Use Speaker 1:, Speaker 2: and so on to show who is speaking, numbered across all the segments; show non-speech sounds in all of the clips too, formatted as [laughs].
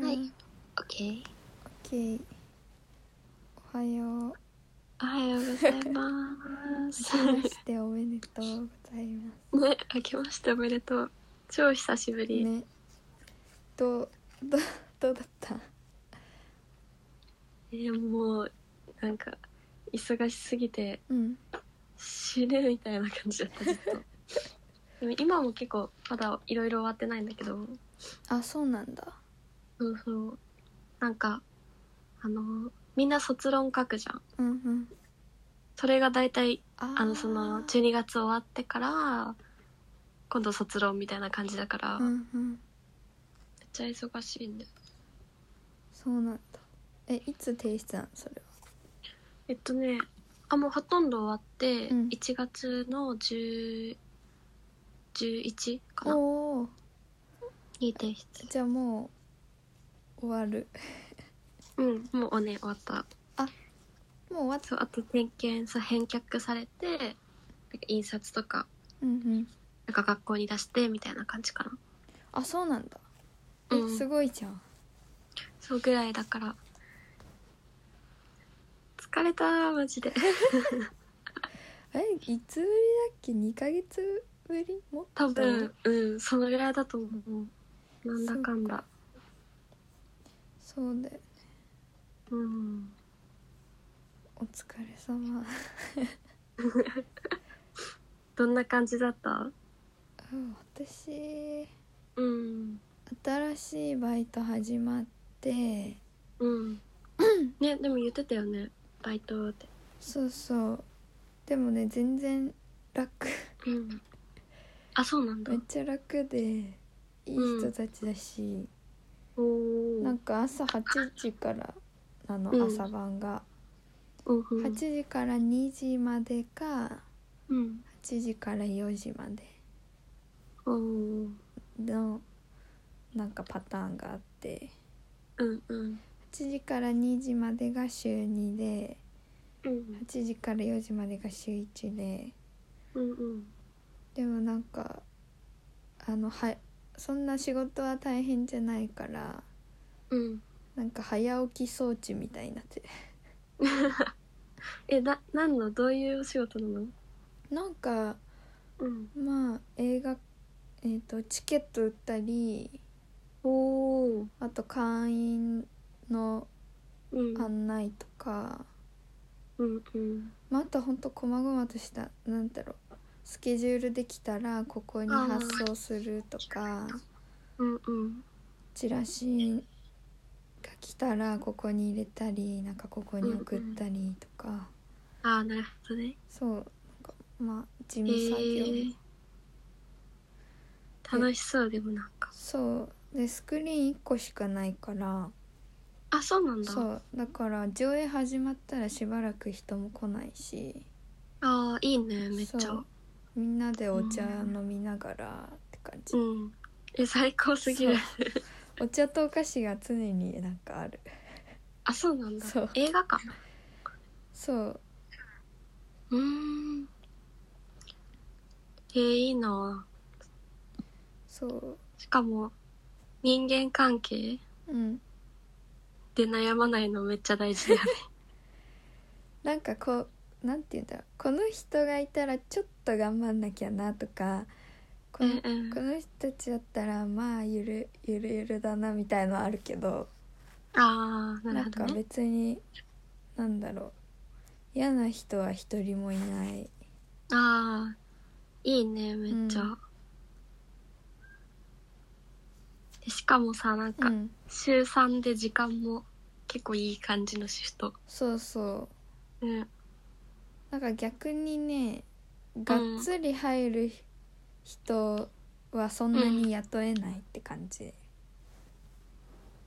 Speaker 1: はい。OK。
Speaker 2: OK おはよう
Speaker 1: おはようございます。
Speaker 2: 明けましておめでとうございま
Speaker 1: ね、 [laughs] 明けましておめでとう。超久しぶ
Speaker 2: す
Speaker 1: り。
Speaker 2: ねどうどう [laughs] どうだった
Speaker 1: えーもう、なんか、忙しすぎて
Speaker 2: うん
Speaker 1: 死ぬみたいな感じだった、ずっと。 [laughs] でも今も結構、まだいろいろ終わってないんだけど、
Speaker 2: あそうなんだ
Speaker 1: そうそう。なんか、あの、みんな卒論書くじゃん。
Speaker 2: うんうん
Speaker 1: それが大体
Speaker 2: あー
Speaker 1: あのその12月終わってから今度卒論みたいな感じだから、
Speaker 2: う
Speaker 1: めっ
Speaker 2: んうん
Speaker 1: ちゃ忙しいんだよ
Speaker 2: そうなんだえいつ提出なんそれは
Speaker 1: えっとねあもうほとんど終わって、
Speaker 2: うん
Speaker 1: 1月の10 11かな
Speaker 2: おお
Speaker 1: に提出
Speaker 2: じゃあもう終わる
Speaker 1: うんもうね終わった
Speaker 2: もう終わっ
Speaker 1: そうあと点検さ返却されてなんか印刷とか
Speaker 2: うんうん
Speaker 1: なんか学校に出してみたいな感じかな
Speaker 2: あそうなんだえ、
Speaker 1: うん
Speaker 2: すごいじゃん
Speaker 1: そうぐらいだから疲れたマ
Speaker 2: [laughs]
Speaker 1: ジで
Speaker 2: えいつぶりだっけ2ヶ月ぶりもっと
Speaker 1: 多分うんそのぐらいだと思うなんだかんだ
Speaker 2: そうだよ
Speaker 1: うん
Speaker 2: お疲れ様
Speaker 1: どんな感じだった
Speaker 2: うん私
Speaker 1: うん
Speaker 2: 新しいバイト始まって [clears throat]
Speaker 1: うんねでも言ってたよねバイトって
Speaker 2: そうそうでもね全然楽
Speaker 1: うんあそうなんだ
Speaker 2: めっちゃ楽でいい人たちだし、
Speaker 1: おお
Speaker 2: なんか朝8時からなの、
Speaker 1: うん
Speaker 2: 朝晩が
Speaker 1: うんう
Speaker 2: 8
Speaker 1: ん
Speaker 2: 時から2時までか
Speaker 1: うん
Speaker 2: 8時から4時まで
Speaker 1: おー
Speaker 2: のなんかパターンがあって
Speaker 1: うんうん
Speaker 2: 8時から2時までが週2で
Speaker 1: うん
Speaker 2: 8時から4時までが週1で
Speaker 1: うんうん
Speaker 2: でもなんかあのはそんな仕事は大変じゃないから
Speaker 1: うん
Speaker 2: なんか早起き装置みたいになって [laughs]
Speaker 1: えな何のどういうお仕事なの
Speaker 2: なんか
Speaker 1: うん
Speaker 2: まあ映画、えー、とチケット売ったり
Speaker 1: おお
Speaker 2: あと会員の
Speaker 1: うん
Speaker 2: 案内とか、
Speaker 1: うんうん
Speaker 2: まあ、あとほんと細々としたなんだろうスケジュールできたらここに発送するとか
Speaker 1: うんうん
Speaker 2: チラシが来たらここに入れたりなんかここに送ったりとか。
Speaker 1: ああなるほどね
Speaker 2: そうなんかまあ事
Speaker 1: え
Speaker 2: 務作業、
Speaker 1: ー、楽しそうでもなんか
Speaker 2: そうでスクリーン1個しかないから
Speaker 1: あそうなんだ
Speaker 2: そうだから上映始まったらしばらく人も来ないし
Speaker 1: ああいいねめっちゃ
Speaker 2: そうみんなでお茶飲みながらって感じ、
Speaker 1: うんえ最高すぎる
Speaker 2: お茶とお菓子が常になんかある
Speaker 1: あそうなんだ
Speaker 2: そう
Speaker 1: 映画館
Speaker 2: そう
Speaker 1: うーんえー、いいな
Speaker 2: そう
Speaker 1: しかも人間関係
Speaker 2: うん
Speaker 1: で悩まないのめっちゃ大事だよね
Speaker 2: なんかこうなんて言うんだろうこの人がいたらちょっと頑張んなきゃなとかこ
Speaker 1: う
Speaker 2: の,、
Speaker 1: んうん
Speaker 2: この人たちだったらまあゆるゆるゆるだなみたいのあるけど
Speaker 1: ああな
Speaker 2: な
Speaker 1: る
Speaker 2: ん
Speaker 1: ほ
Speaker 2: か
Speaker 1: どね
Speaker 2: 別になんだろう嫌な人は一人もいない
Speaker 1: ああいいねめっちゃ、
Speaker 2: うん
Speaker 1: でしかもさなん
Speaker 2: う
Speaker 1: か
Speaker 2: ん
Speaker 1: 週3で時間も結構いい感じのシフト
Speaker 2: そうそう
Speaker 1: うん
Speaker 2: なんか逆にねがっつり入る人はそんなに雇えないって感じ、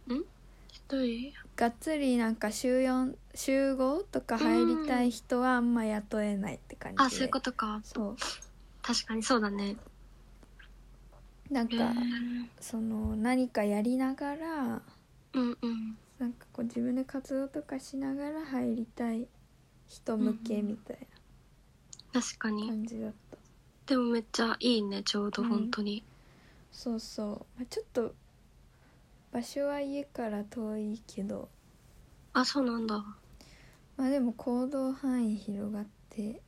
Speaker 1: 一人
Speaker 2: がっつりなんか週4週5とか入りたい人はあんま雇えないって感じで、
Speaker 1: あそういうことか
Speaker 2: そう
Speaker 1: 確かにそうだね
Speaker 2: なんか、
Speaker 1: うん
Speaker 2: その何かやりながら
Speaker 1: うんうん
Speaker 2: なんかこう自分で活動とかしながら入りたい人向けみたい
Speaker 1: 確か
Speaker 2: な
Speaker 1: に
Speaker 2: 感じだった、
Speaker 1: でもめっちゃいいねちょうど
Speaker 2: うん
Speaker 1: 本当に
Speaker 2: そうそう、まあ、ちょっと場所は家から遠いけど
Speaker 1: あそうなんだ
Speaker 2: まあでも行動範囲広がって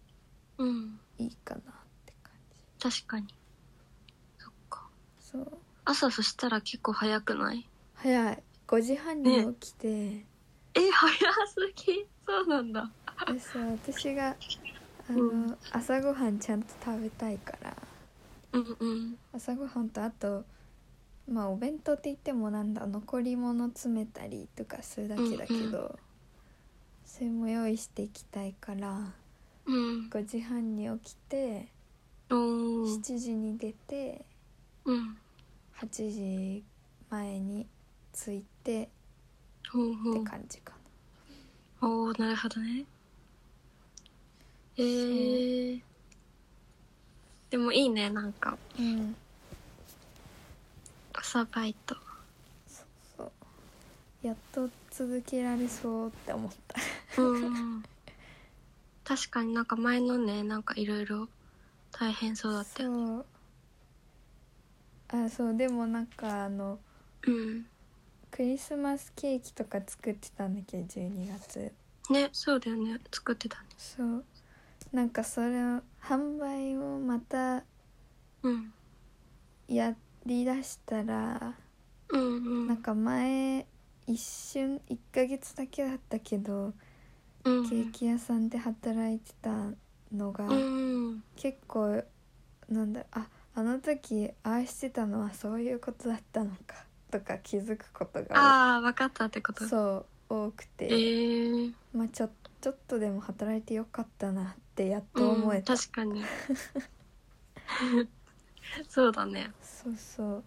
Speaker 1: うん
Speaker 2: いいかなって感じ
Speaker 1: 確かにそっか
Speaker 2: そう
Speaker 1: 朝そしたら結構早くない
Speaker 2: 早い5時半に起きて、
Speaker 1: え早すぎそうなんだ
Speaker 2: でさ私があの、
Speaker 1: うん
Speaker 2: 朝ごはんちゃんと食べたいから
Speaker 1: うんうん
Speaker 2: 朝ごはんとあとまあお弁当って言ってもなんだ残り物詰めたりとかするだけだけど、
Speaker 1: うんう
Speaker 2: それも用意していきたいから
Speaker 1: うん
Speaker 2: 5時半に起きて
Speaker 1: おー
Speaker 2: 7時に出て
Speaker 1: うん
Speaker 2: 8時前に着いてっ
Speaker 1: ほうほ
Speaker 2: て
Speaker 1: う
Speaker 2: 感じかな。
Speaker 1: おーなるほどねえー、でもいいねなんか
Speaker 2: うん、
Speaker 1: 朝バイト
Speaker 2: そうそうやっと続けられそうって思った。
Speaker 1: [laughs] うん確かになんか前のねなんかいろいろ大変そうだったよね
Speaker 2: そうあそうでもなんかあの
Speaker 1: うん
Speaker 2: クリスマスケーキとか作ってたんだけど12月
Speaker 1: ねそうだよね作ってたね
Speaker 2: そうなんかそれを販売をまた
Speaker 1: うん
Speaker 2: やりだしたら
Speaker 1: うんうん
Speaker 2: なんか前一瞬1ヶ月だけだったけど
Speaker 1: うん
Speaker 2: ケーキ屋さんで働いてたのが
Speaker 1: うん
Speaker 2: 結構なんだろうああの時ああしてたのはそういうことだったのかとか気づくことが
Speaker 1: ああ分かったってこと
Speaker 2: そう多くて。
Speaker 1: えー、
Speaker 2: まあ、ちょちょっとでも働いてよかったなってやっと思
Speaker 1: う
Speaker 2: え
Speaker 1: ん
Speaker 2: た、
Speaker 1: 確かに [laughs] そうだね
Speaker 2: そうそう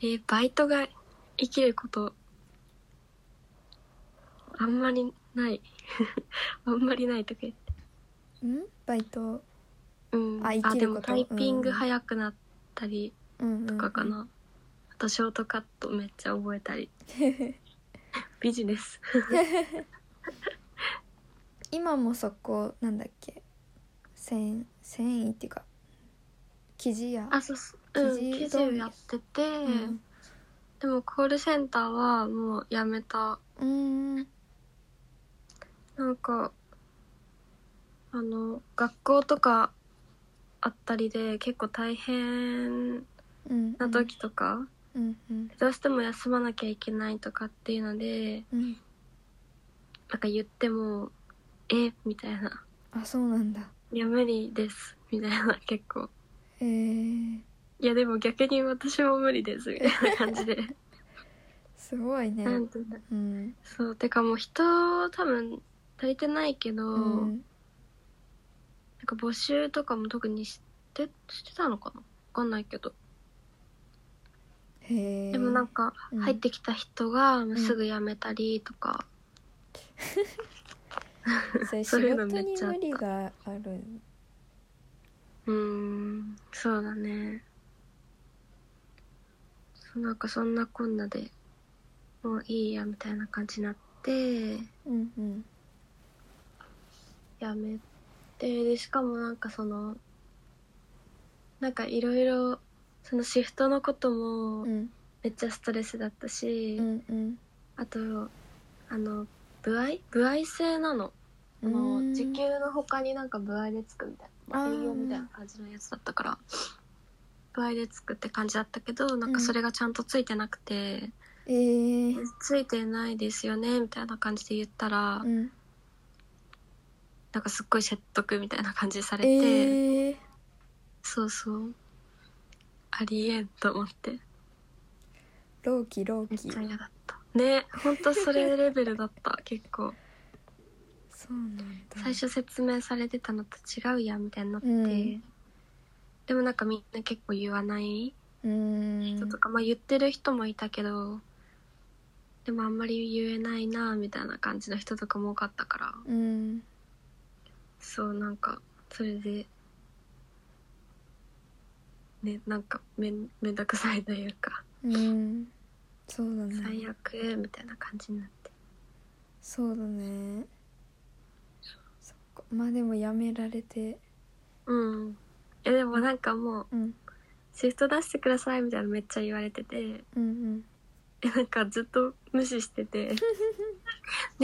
Speaker 1: えーバイトが生きることあんまりない [laughs] あんまりないとか言って
Speaker 2: んバイト
Speaker 1: うん
Speaker 2: あ生き
Speaker 1: で
Speaker 2: るこ
Speaker 1: も
Speaker 2: と
Speaker 1: タイピング
Speaker 2: うん
Speaker 1: 早くなったり
Speaker 2: うんうんう
Speaker 1: と
Speaker 2: ん
Speaker 1: かかな、あとショートカットめっちゃ覚え
Speaker 2: [laughs]
Speaker 1: たりビジネス
Speaker 2: 今もそこなんだっけ繊繊維っていうか生地屋
Speaker 1: あそうそううん
Speaker 2: 記事
Speaker 1: 記事をやってて、
Speaker 2: うん
Speaker 1: でもコールセンターはもうやめた
Speaker 2: うーん
Speaker 1: なんかあの学校とかあったりで結構大変
Speaker 2: うん
Speaker 1: な時とか、
Speaker 2: うんうん
Speaker 1: どうしても休まなきゃいけないとかっていうので
Speaker 2: うん
Speaker 1: なんか言っても「えみたいな
Speaker 2: あそうなんだ
Speaker 1: 「いや無理です」みたいな結構
Speaker 2: へえ
Speaker 1: 「いやでも逆に私も無理です」みたいな
Speaker 2: [laughs]
Speaker 1: 感じで
Speaker 2: すごいね
Speaker 1: なんていうんだ
Speaker 2: うん
Speaker 1: そうてかもう人多分足りてないけど、
Speaker 2: うん
Speaker 1: なんか募集とかも特にしてしてたのかなわかんないけど
Speaker 2: へえ
Speaker 1: でもなんか
Speaker 2: うん
Speaker 1: 入ってきた人がすぐ辞めたりとか、
Speaker 2: それ仕
Speaker 1: そういう
Speaker 2: 事
Speaker 1: のめっ
Speaker 2: に
Speaker 1: ちゃあ
Speaker 2: 無
Speaker 1: った
Speaker 2: 理がある
Speaker 1: うーんそうだねそうなんかそんなこんなでもういいやみたいな感じになって
Speaker 2: うんうん
Speaker 1: やめてでしかもなんかそのなんかいろいろそのシフトのことも
Speaker 2: うん
Speaker 1: めっちゃストレスだったし、
Speaker 2: うんうん
Speaker 1: あとあの歩合歩合制なのあ
Speaker 2: うー
Speaker 1: の
Speaker 2: ん
Speaker 1: 時給の他になんか部合でつくみたいな、まあ
Speaker 2: あー
Speaker 1: 営業みたいな感じのやつだったから部合でつくって感じだったけどなんかそれがちゃんとついてなくて
Speaker 2: え
Speaker 1: 「
Speaker 2: え
Speaker 1: ついてないですよね」みたいな感じで言ったら、
Speaker 2: うん
Speaker 1: なんかすっごい説得みたいな感じされて、
Speaker 2: ええ
Speaker 1: そうそうありえんと思って
Speaker 2: ローキロー
Speaker 1: めっ
Speaker 2: キ
Speaker 1: ちゃ嫌だったねほんとそれレベルだった結構
Speaker 2: そうなんだ
Speaker 1: 最初説明されてたのと違うやんみたいになって、
Speaker 2: うん
Speaker 1: でもなんかみんな結構言わないう
Speaker 2: ーん
Speaker 1: 人とか、まあ言ってる人もいたけどでもあんまり言えないなみたいな感じの人とかも多かったから
Speaker 2: うん
Speaker 1: そうなんかそれでねなんかめんめんどくさいというか
Speaker 2: うんそうだね
Speaker 1: 最悪みたいな感じになって
Speaker 2: そうだねそっかまあでもやめられて
Speaker 1: うんえでもなんかもう
Speaker 2: うん
Speaker 1: シフト出してくださいみたいなのめっちゃ言われてて
Speaker 2: うん
Speaker 1: えなんかずっと無視しててで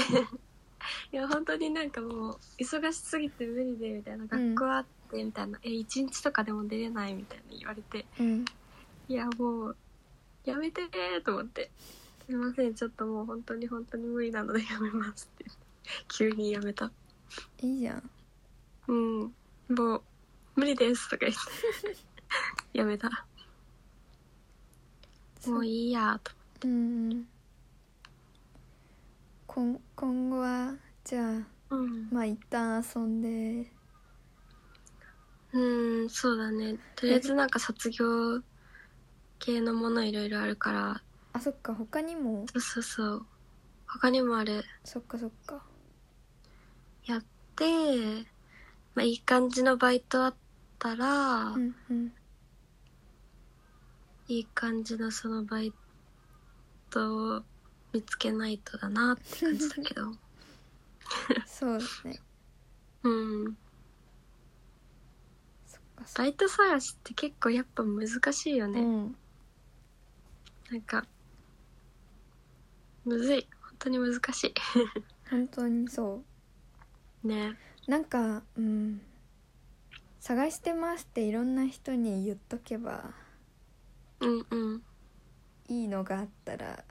Speaker 1: [laughs] いや本当になんかもう忙しすぎて無理でみたいな学校あってみたいな、え一日とかでも出れないみたいな言われて
Speaker 2: うん
Speaker 1: いやもうやめてーと思って「すいませんちょっともう本当に本当に無理なのでやめます」って急にやめた
Speaker 2: いいじゃん
Speaker 1: 「うんもう無理です」とか言ってやめたもういいやと
Speaker 2: うん今今後はじゃあ
Speaker 1: うん
Speaker 2: まあ一旦遊んで
Speaker 1: うんそうだねとりあえずなんか卒業系のものいろいろあるから
Speaker 2: あそっか他にも
Speaker 1: そうそうそう他にもある
Speaker 2: そっかそっか
Speaker 1: やってまあいい感じのバイトあったら、
Speaker 2: うんうん
Speaker 1: いい感じのそのバイトを見つけないとだなって感じだ
Speaker 2: [laughs]
Speaker 1: けど
Speaker 2: そうだね
Speaker 1: うん
Speaker 2: そっかそっ
Speaker 1: バイト探しって結構やっぱ難しいよ
Speaker 2: か、
Speaker 1: ね、
Speaker 2: うん
Speaker 1: なんかむずい本当に難し
Speaker 2: 本当にそ
Speaker 1: いね
Speaker 2: うなんかうん探してますっていろんな人に言っとけば
Speaker 1: うんうん
Speaker 2: いいのがあったら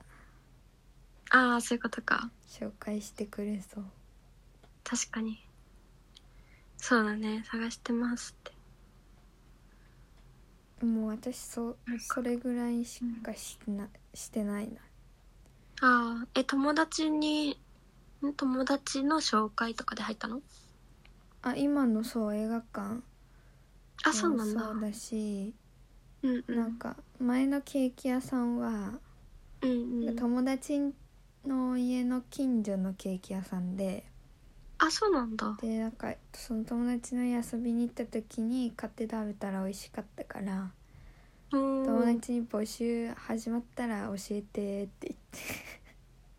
Speaker 1: ああそういうことか
Speaker 2: 紹介してくれそう
Speaker 1: 確かにそうだね探してますって
Speaker 2: もう私そ
Speaker 1: なんか
Speaker 2: それぐらいしかしな、してないな
Speaker 1: ああえ友達にん友達の紹介とかで入ったの
Speaker 2: あ今のそう映画館
Speaker 1: あそうなんだ
Speaker 2: そうだし、
Speaker 1: うんう
Speaker 2: なん
Speaker 1: ん
Speaker 2: か前のケーキ屋さんは、
Speaker 1: うんうん
Speaker 2: 友達の家の近所のケーキ屋さんで
Speaker 1: あそうなんだ
Speaker 2: でなんかその友達の家遊びに行った時に買って食べたら美味しかったから、
Speaker 1: うん
Speaker 2: 友達に募集始まったら教えてって言っ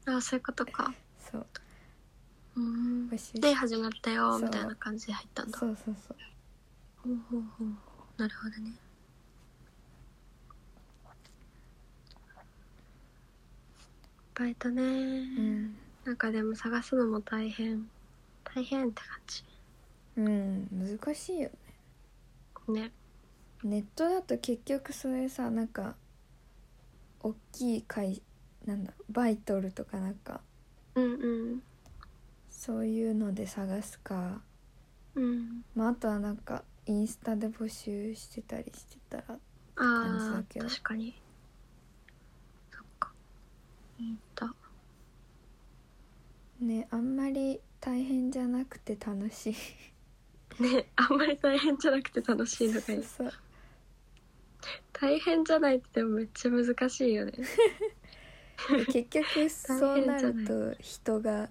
Speaker 2: て [laughs]
Speaker 1: あそういうことか。
Speaker 2: そう
Speaker 1: うん
Speaker 2: 募集し
Speaker 1: で始まったよ
Speaker 2: そう
Speaker 1: みたいな感じで入ったんだ。
Speaker 2: そうそうそう
Speaker 1: ほうほうほうなるほどね。バイトね、
Speaker 2: うん、
Speaker 1: なんかでも探すのも大変大変って感じ
Speaker 2: うん、難しいよ
Speaker 1: ね
Speaker 2: ネットだと結局それさなんか大きい会なんだバイトルとかなんか
Speaker 1: うんうん
Speaker 2: そういうので探すか、
Speaker 1: うん
Speaker 2: まあ、あとはなんかインスタで募集してたりしてたらじ
Speaker 1: あ
Speaker 2: だ
Speaker 1: あ
Speaker 2: けど
Speaker 1: 確かにそっかいいと
Speaker 2: ねあんまり大変じゃなくて楽しい
Speaker 1: ねあんまり大変じゃなくて楽しいの
Speaker 2: [laughs]
Speaker 1: がいい
Speaker 2: そう
Speaker 1: 大変じゃないってでもめっちゃ難しいよね
Speaker 2: そう結局そうな
Speaker 1: 大変
Speaker 2: る
Speaker 1: じゃ
Speaker 2: と人が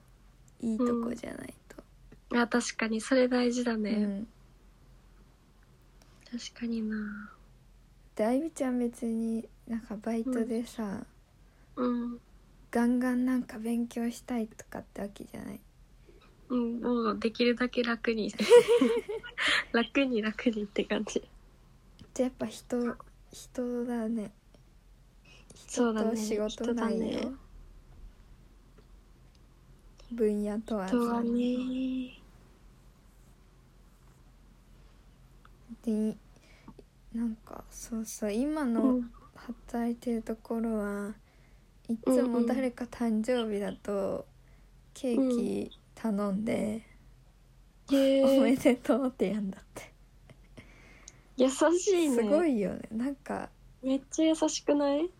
Speaker 2: いいとこじゃないと、
Speaker 1: あ確かにそれ大事だね、
Speaker 2: うん
Speaker 1: 確かにな
Speaker 2: であゆみちゃん別になんかバイトでさ、
Speaker 1: うん、
Speaker 2: ガンガンなんか勉強したいとかってわけじゃない
Speaker 1: うん、もうできるだけ楽
Speaker 2: [laughs]
Speaker 1: に楽に楽にって感じ
Speaker 2: じゃあやっぱ人人だね人
Speaker 1: そうだ
Speaker 2: と
Speaker 1: ね
Speaker 2: 仕事だよ、
Speaker 1: 人だね
Speaker 2: 分野問わ
Speaker 1: あ
Speaker 2: ず
Speaker 1: とはね
Speaker 2: でなんかそうそう今
Speaker 1: う
Speaker 2: の
Speaker 1: ん
Speaker 2: 働いてるところはいつも誰か誕生日だとケーキ頼んで「お
Speaker 1: へ
Speaker 2: め
Speaker 1: え
Speaker 2: でとう」ってやんだって
Speaker 1: 優しいね
Speaker 2: すごいよねなんか
Speaker 1: めっちゃ優しくない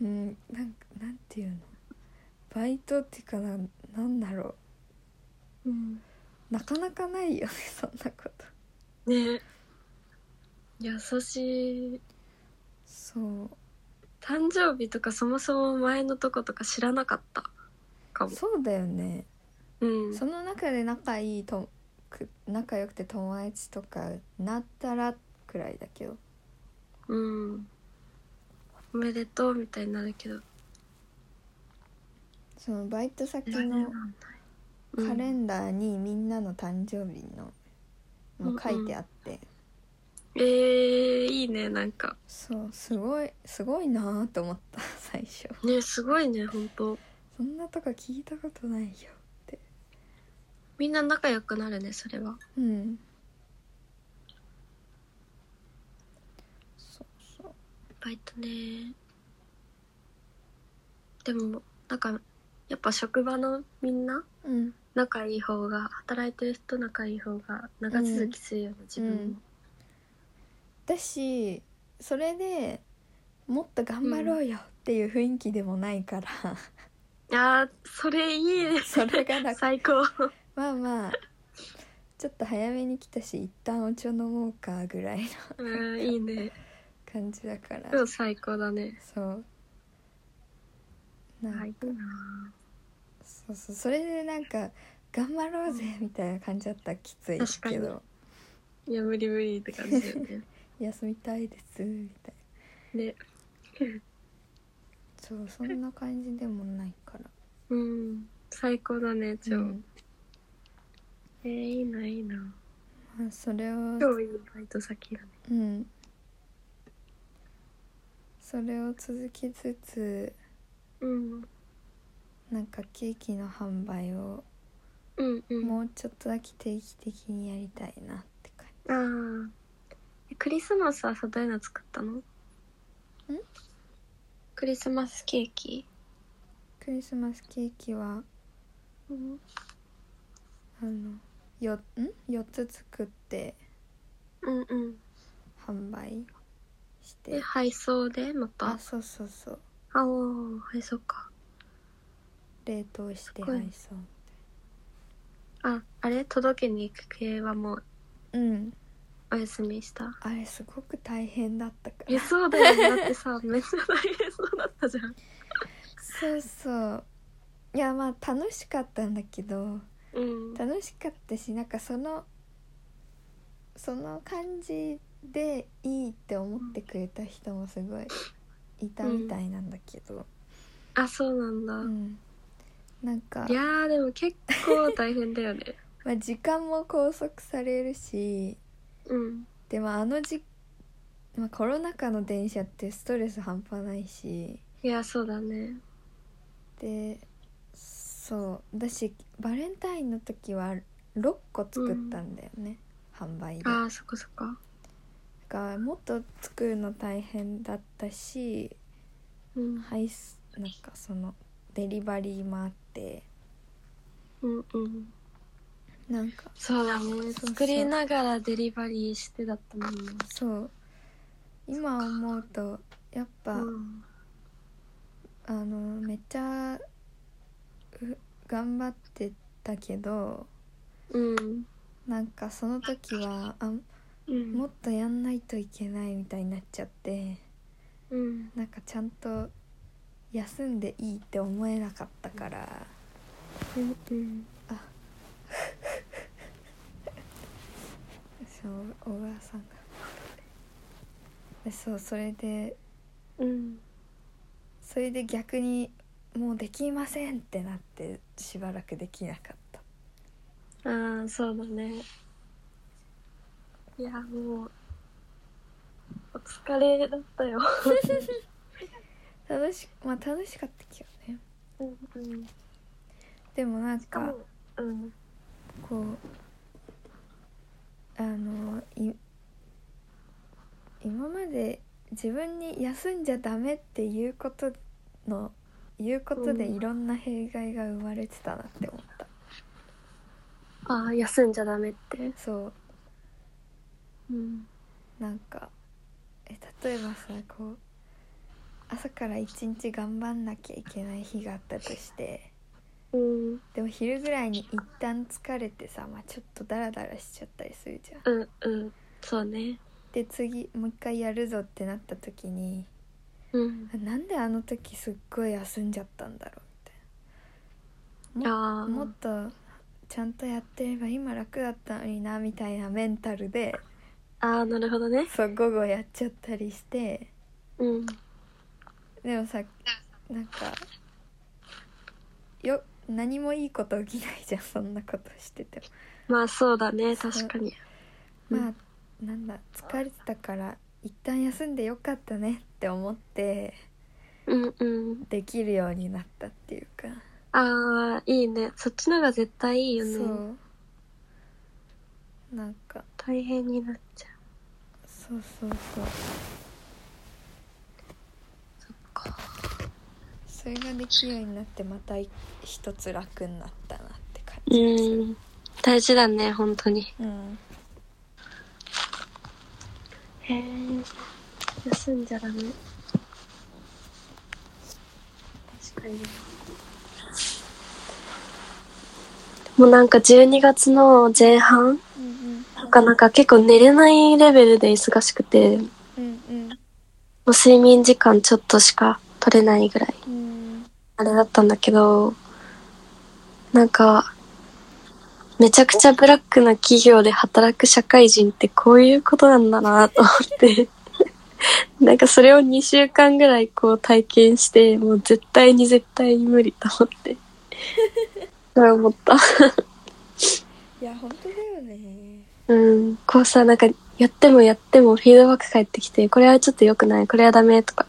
Speaker 2: うんなんかなんていうのバイトっていうかななんだろ
Speaker 1: うん
Speaker 2: うなかなかないよね [laughs] そんなこと
Speaker 1: ね優しい
Speaker 2: そう
Speaker 1: 誕生日とかそもそも前のとことか知らなかったかも
Speaker 2: そうだよね、
Speaker 1: うん
Speaker 2: その中で仲いいとく仲良くて友達とかなったらくらいだけど
Speaker 1: うんおめでとうみたいになるけど
Speaker 2: そのバイト先
Speaker 1: 知らない
Speaker 2: のカレンダーにみんなの誕生日の
Speaker 1: うん
Speaker 2: も書いてあって、
Speaker 1: ええー、いいねなんか
Speaker 2: そうすごいすごいなと思った [laughs] 最初
Speaker 1: ねすごいね本当
Speaker 2: そんなとか聞いたことないよ
Speaker 1: みんな仲良くなるねそれは
Speaker 2: うんそうそう
Speaker 1: バイトねでもなんかやっぱ職場のみんな
Speaker 2: うん
Speaker 1: 仲いい方が働いてる人仲いい方が長続きするよね、自分も、
Speaker 2: うんだしそれでもっと頑張ろうよっていう雰囲気でもない
Speaker 1: [laughs]
Speaker 2: から、
Speaker 1: いやーそれいいね
Speaker 2: それが楽
Speaker 1: 最高
Speaker 2: まあまあちょっと早めに来たし一旦お茶飲もうかぐらいの
Speaker 1: うんい
Speaker 2: [laughs]
Speaker 1: いね
Speaker 2: 感じだから
Speaker 1: 今日最高だね
Speaker 2: そうなんか、
Speaker 1: はいいいな
Speaker 2: そうそうそれでなんか頑張ろうぜみたいな感じだったらきつい
Speaker 1: 確か
Speaker 2: け
Speaker 1: に
Speaker 2: ど
Speaker 1: いや無理無理って感じだ
Speaker 2: [laughs]
Speaker 1: よね
Speaker 2: 休みたいですみたいな
Speaker 1: ね
Speaker 2: そうそんな感じでもないから
Speaker 1: うん最高だね超、
Speaker 2: うん
Speaker 1: えー、いいないいな
Speaker 2: まあ、それを
Speaker 1: 超いいバイト先だね
Speaker 2: うんそれを続きつつ
Speaker 1: うん
Speaker 2: なんかケーキの販売を
Speaker 1: うんうん
Speaker 2: もうちょっとだけ定期的にやりたいなって感
Speaker 1: あーえクリスマスはさどういうの作ったのんクリスマスケーキ、
Speaker 2: じクリスマスケーキは
Speaker 1: うん、
Speaker 2: あのよん4つ作って
Speaker 1: うんうん
Speaker 2: 販売して
Speaker 1: で配送でま
Speaker 2: あ
Speaker 1: た
Speaker 2: そうそうそう
Speaker 1: あおー配送か
Speaker 2: 冷凍して
Speaker 1: すごい
Speaker 2: 配送
Speaker 1: ああれ届けに行く系はもう
Speaker 2: うん
Speaker 1: お休みした
Speaker 2: あれすごく大変だったか
Speaker 1: え
Speaker 2: ら
Speaker 1: そうだよねだってさめっちゃ大変そうだったじゃん
Speaker 2: そうそういやまあ楽しかったんだけど
Speaker 1: うん
Speaker 2: 楽しかったしなんかそのその感じでいいって思ってくれた人もすごいいたみたいなんだけど、
Speaker 1: あそうなんだ、
Speaker 2: うんなんか
Speaker 1: いやーでも結構大変だよね
Speaker 2: まあ、時間も拘束されるし
Speaker 1: うん
Speaker 2: でもあのじ、まあ、コロナ禍の電車ってストレス半端ないし
Speaker 1: いやそうだね
Speaker 2: でそうだしバレンタインの時は6個作ったんだよね、販売で。
Speaker 1: あーそこそこ
Speaker 2: がもっと作るの大変だったし
Speaker 1: うん
Speaker 2: 配すなんかそのデリバリーもあって
Speaker 1: うんうん
Speaker 2: なんか
Speaker 1: そうだ
Speaker 2: そう
Speaker 1: ね
Speaker 2: そう
Speaker 1: 作りながらデリバリーしてだったもんね
Speaker 2: そう今思うとやっぱ、
Speaker 1: うん
Speaker 2: あのめっちゃう頑張ってたけど
Speaker 1: うん
Speaker 2: なんかその時はあ
Speaker 1: うん
Speaker 2: もっとやんないといけないみたいになっちゃって
Speaker 1: うん
Speaker 2: なんかちゃんと休んでいいって思えなかったから。
Speaker 1: うんうん
Speaker 2: そう小川さんがでそうそれで
Speaker 1: うん
Speaker 2: それで逆にもうできませんってなってしばらくできなかった
Speaker 1: ああそうだねいやもうお疲れだったよ、
Speaker 2: 楽しまあ楽しかったけどね
Speaker 1: うんうん、し
Speaker 2: でもなんか
Speaker 1: かもうん
Speaker 2: こうあのい今まで自分に休んじゃダメっていうことの言うことで
Speaker 1: うん
Speaker 2: いろんな弊害が生まれてたなって思った、
Speaker 1: ああ休んじゃダメって
Speaker 2: そう
Speaker 1: うん
Speaker 2: なんかえ例えばさこう朝から一日頑張んなきゃいけない日があったとして
Speaker 1: うん
Speaker 2: でも昼ぐらいに一旦疲れてさ、まあ、ちょっとダラダラしちゃったりするじゃん。
Speaker 1: うんうんそうね
Speaker 2: で次もう一回やるぞってなった時に
Speaker 1: うん
Speaker 2: あなんであの時すっごい休んじゃったんだろうみたいな。
Speaker 1: あ
Speaker 2: ももっとちゃんとやってれば今楽だったのになみたいなメンタルで
Speaker 1: あああなるほどね
Speaker 2: そう午後やっちゃったりして。
Speaker 1: うん
Speaker 2: でもさなんかよ何もいいこと起きないじゃんそんなことしてて
Speaker 1: まあそうだね確かに
Speaker 2: も、
Speaker 1: うん
Speaker 2: まあなんだ疲れてたから一旦休んでよかったねって思って
Speaker 1: うんうん
Speaker 2: できるようになったっていうか
Speaker 1: ああいいねそっちのが絶対いいよ
Speaker 2: そ
Speaker 1: ね
Speaker 2: うなんか
Speaker 1: 大変になっちゃう
Speaker 2: そうそうそう
Speaker 1: そっか
Speaker 2: それができるようになってまた一つ楽になったなって感
Speaker 1: う
Speaker 2: じがする
Speaker 1: ん大事だね本当に
Speaker 2: うん
Speaker 1: へえ休んじゃダメ確かにもうなんか12月の前半
Speaker 2: うん
Speaker 1: なんかなんか結構寝れないレベルで忙しくても
Speaker 2: うんうん
Speaker 1: う睡眠時間ちょっとしか取れないぐらい
Speaker 2: うん
Speaker 1: あれだったんだけどなんかめちゃくちゃブラックな企業で働く社会人ってこういうことなんだなと思って [laughs] なんかそれを2週間ぐらいこう体験してもう絶対に絶対に無理と思ってそれ思った
Speaker 2: いや本当だよね
Speaker 1: うんこうさなんかやってもやってもフィードバック返ってきてこれはちょっと良くないこれはダメとか